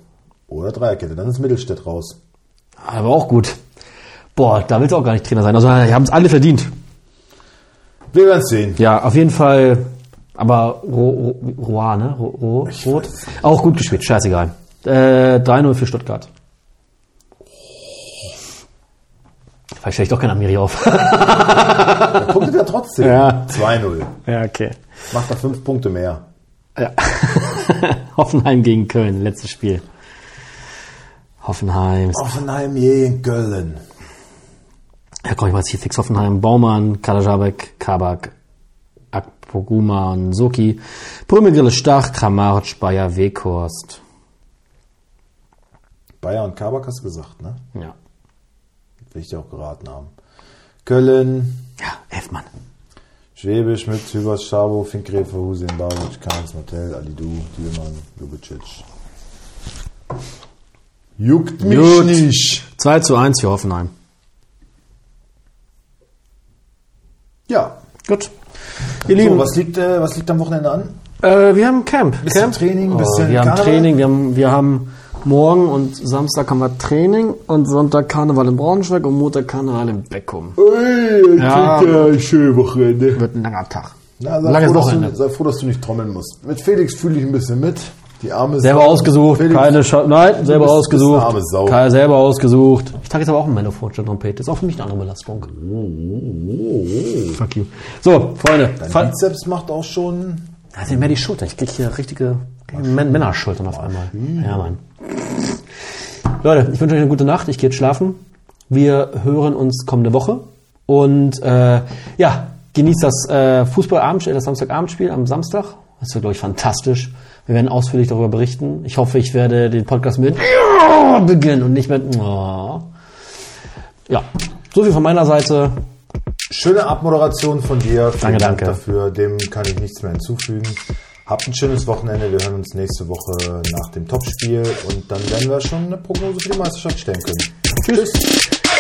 Oder Dreierkette, dann ist Mittelstädt raus.
Aber auch gut. Boah, da willst du auch gar nicht Trainer sein. Also, wir haben es alle verdient.
Wir werden sehen.
Ja, auf jeden Fall. Aber Ro, Ro, Roa, ne? Ro, Ro,
Ich
Rot.
weiß es
Auch gut gespielt, scheißegal. Äh, 3-0 für Stuttgart. Vielleicht stelle ich doch keinen Amiri auf.
Da punktet er trotzdem.
Ja.
2-0.
ja, okay.
Macht er fünf Punkte mehr.
Ja. Hoffenheim gegen Köln, letztes Spiel. Hoffenheim.
Offenheim gegen Köln.
Ja, komm, ich weiß hier fix Hoffenheim. Baumann, Kalajabek, Kabak, Akpoguma und Soki. Prümegille, Stach, Kramaric, Bayer, Weghorst.
Bayer und Kabak hast du gesagt, ne?
Ja.
Will ich dir auch geraten haben. Köln,
Ja, Elfmann.
Schwäbisch, Schmidt, Hübers, Schabo, Finkgräfe, Husin, Babic, Kahns, Martell, Alidu, Dürmann, Lubicic. Juckt mich
Gut.
nicht.
2 zu 1 für Hoffenheim.
Ja.
Gut. Ihr
So,
Lieben,
was liegt, äh, was liegt am Wochenende an?
äh, wir haben Camp.
Bisschen
Camp?
Training,
oh,
bisschen
wir haben
Karneval.
Training, wir haben, wir haben morgen und Samstag haben wir Training und Sonntag Karneval in Braunschweig und Montag Karneval in Beckum.
Ey,
Ja.
ein schönes Wochenende.
Wird ein langer Tag.
Na, sei,
Langes
froh, dass
Wochenende.
du, sei froh, dass du nicht trommeln musst. Mit Felix fühle ich ein bisschen mit. Die Arme
Selber ausgesucht,
Felix,
keine Scha Nein, selber
bist- bist
ausgesucht.
eine arme Sau.
Keine, selber ausgesucht.
Ich trage jetzt aber auch ein Manofon statt Trompete. Ist auch für mich eine andere Belastung.
Oh,
Fuck you. So, Freunde.
Dein Bizeps macht auch schon.
Also mehr die Schulter. Ich krieg hier richtige Män Männerschultern auf einmal. Ja, Mann. Leute, ich wünsche euch eine gute Nacht. Ich gehe jetzt schlafen. Wir hören uns kommende Woche. Und äh, ja, genießt das äh, Fußballabendspiel, das Samstagabendspiel am Samstag. Das wird, glaube ich, fantastisch. Wir werden ausführlich darüber berichten. Ich hoffe, ich werde den Podcast mit beginnen und nicht mit. oh. Ja, so viel von meiner Seite.
Schöne Abmoderation von dir. Vielen Dank
Danke, danke.
Dafür. Dem kann ich nichts mehr hinzufügen. Habt ein schönes Wochenende. Wir hören uns nächste Woche nach dem Topspiel und dann werden wir schon eine Prognose für die Meisterschaft stellen können. Tschüss.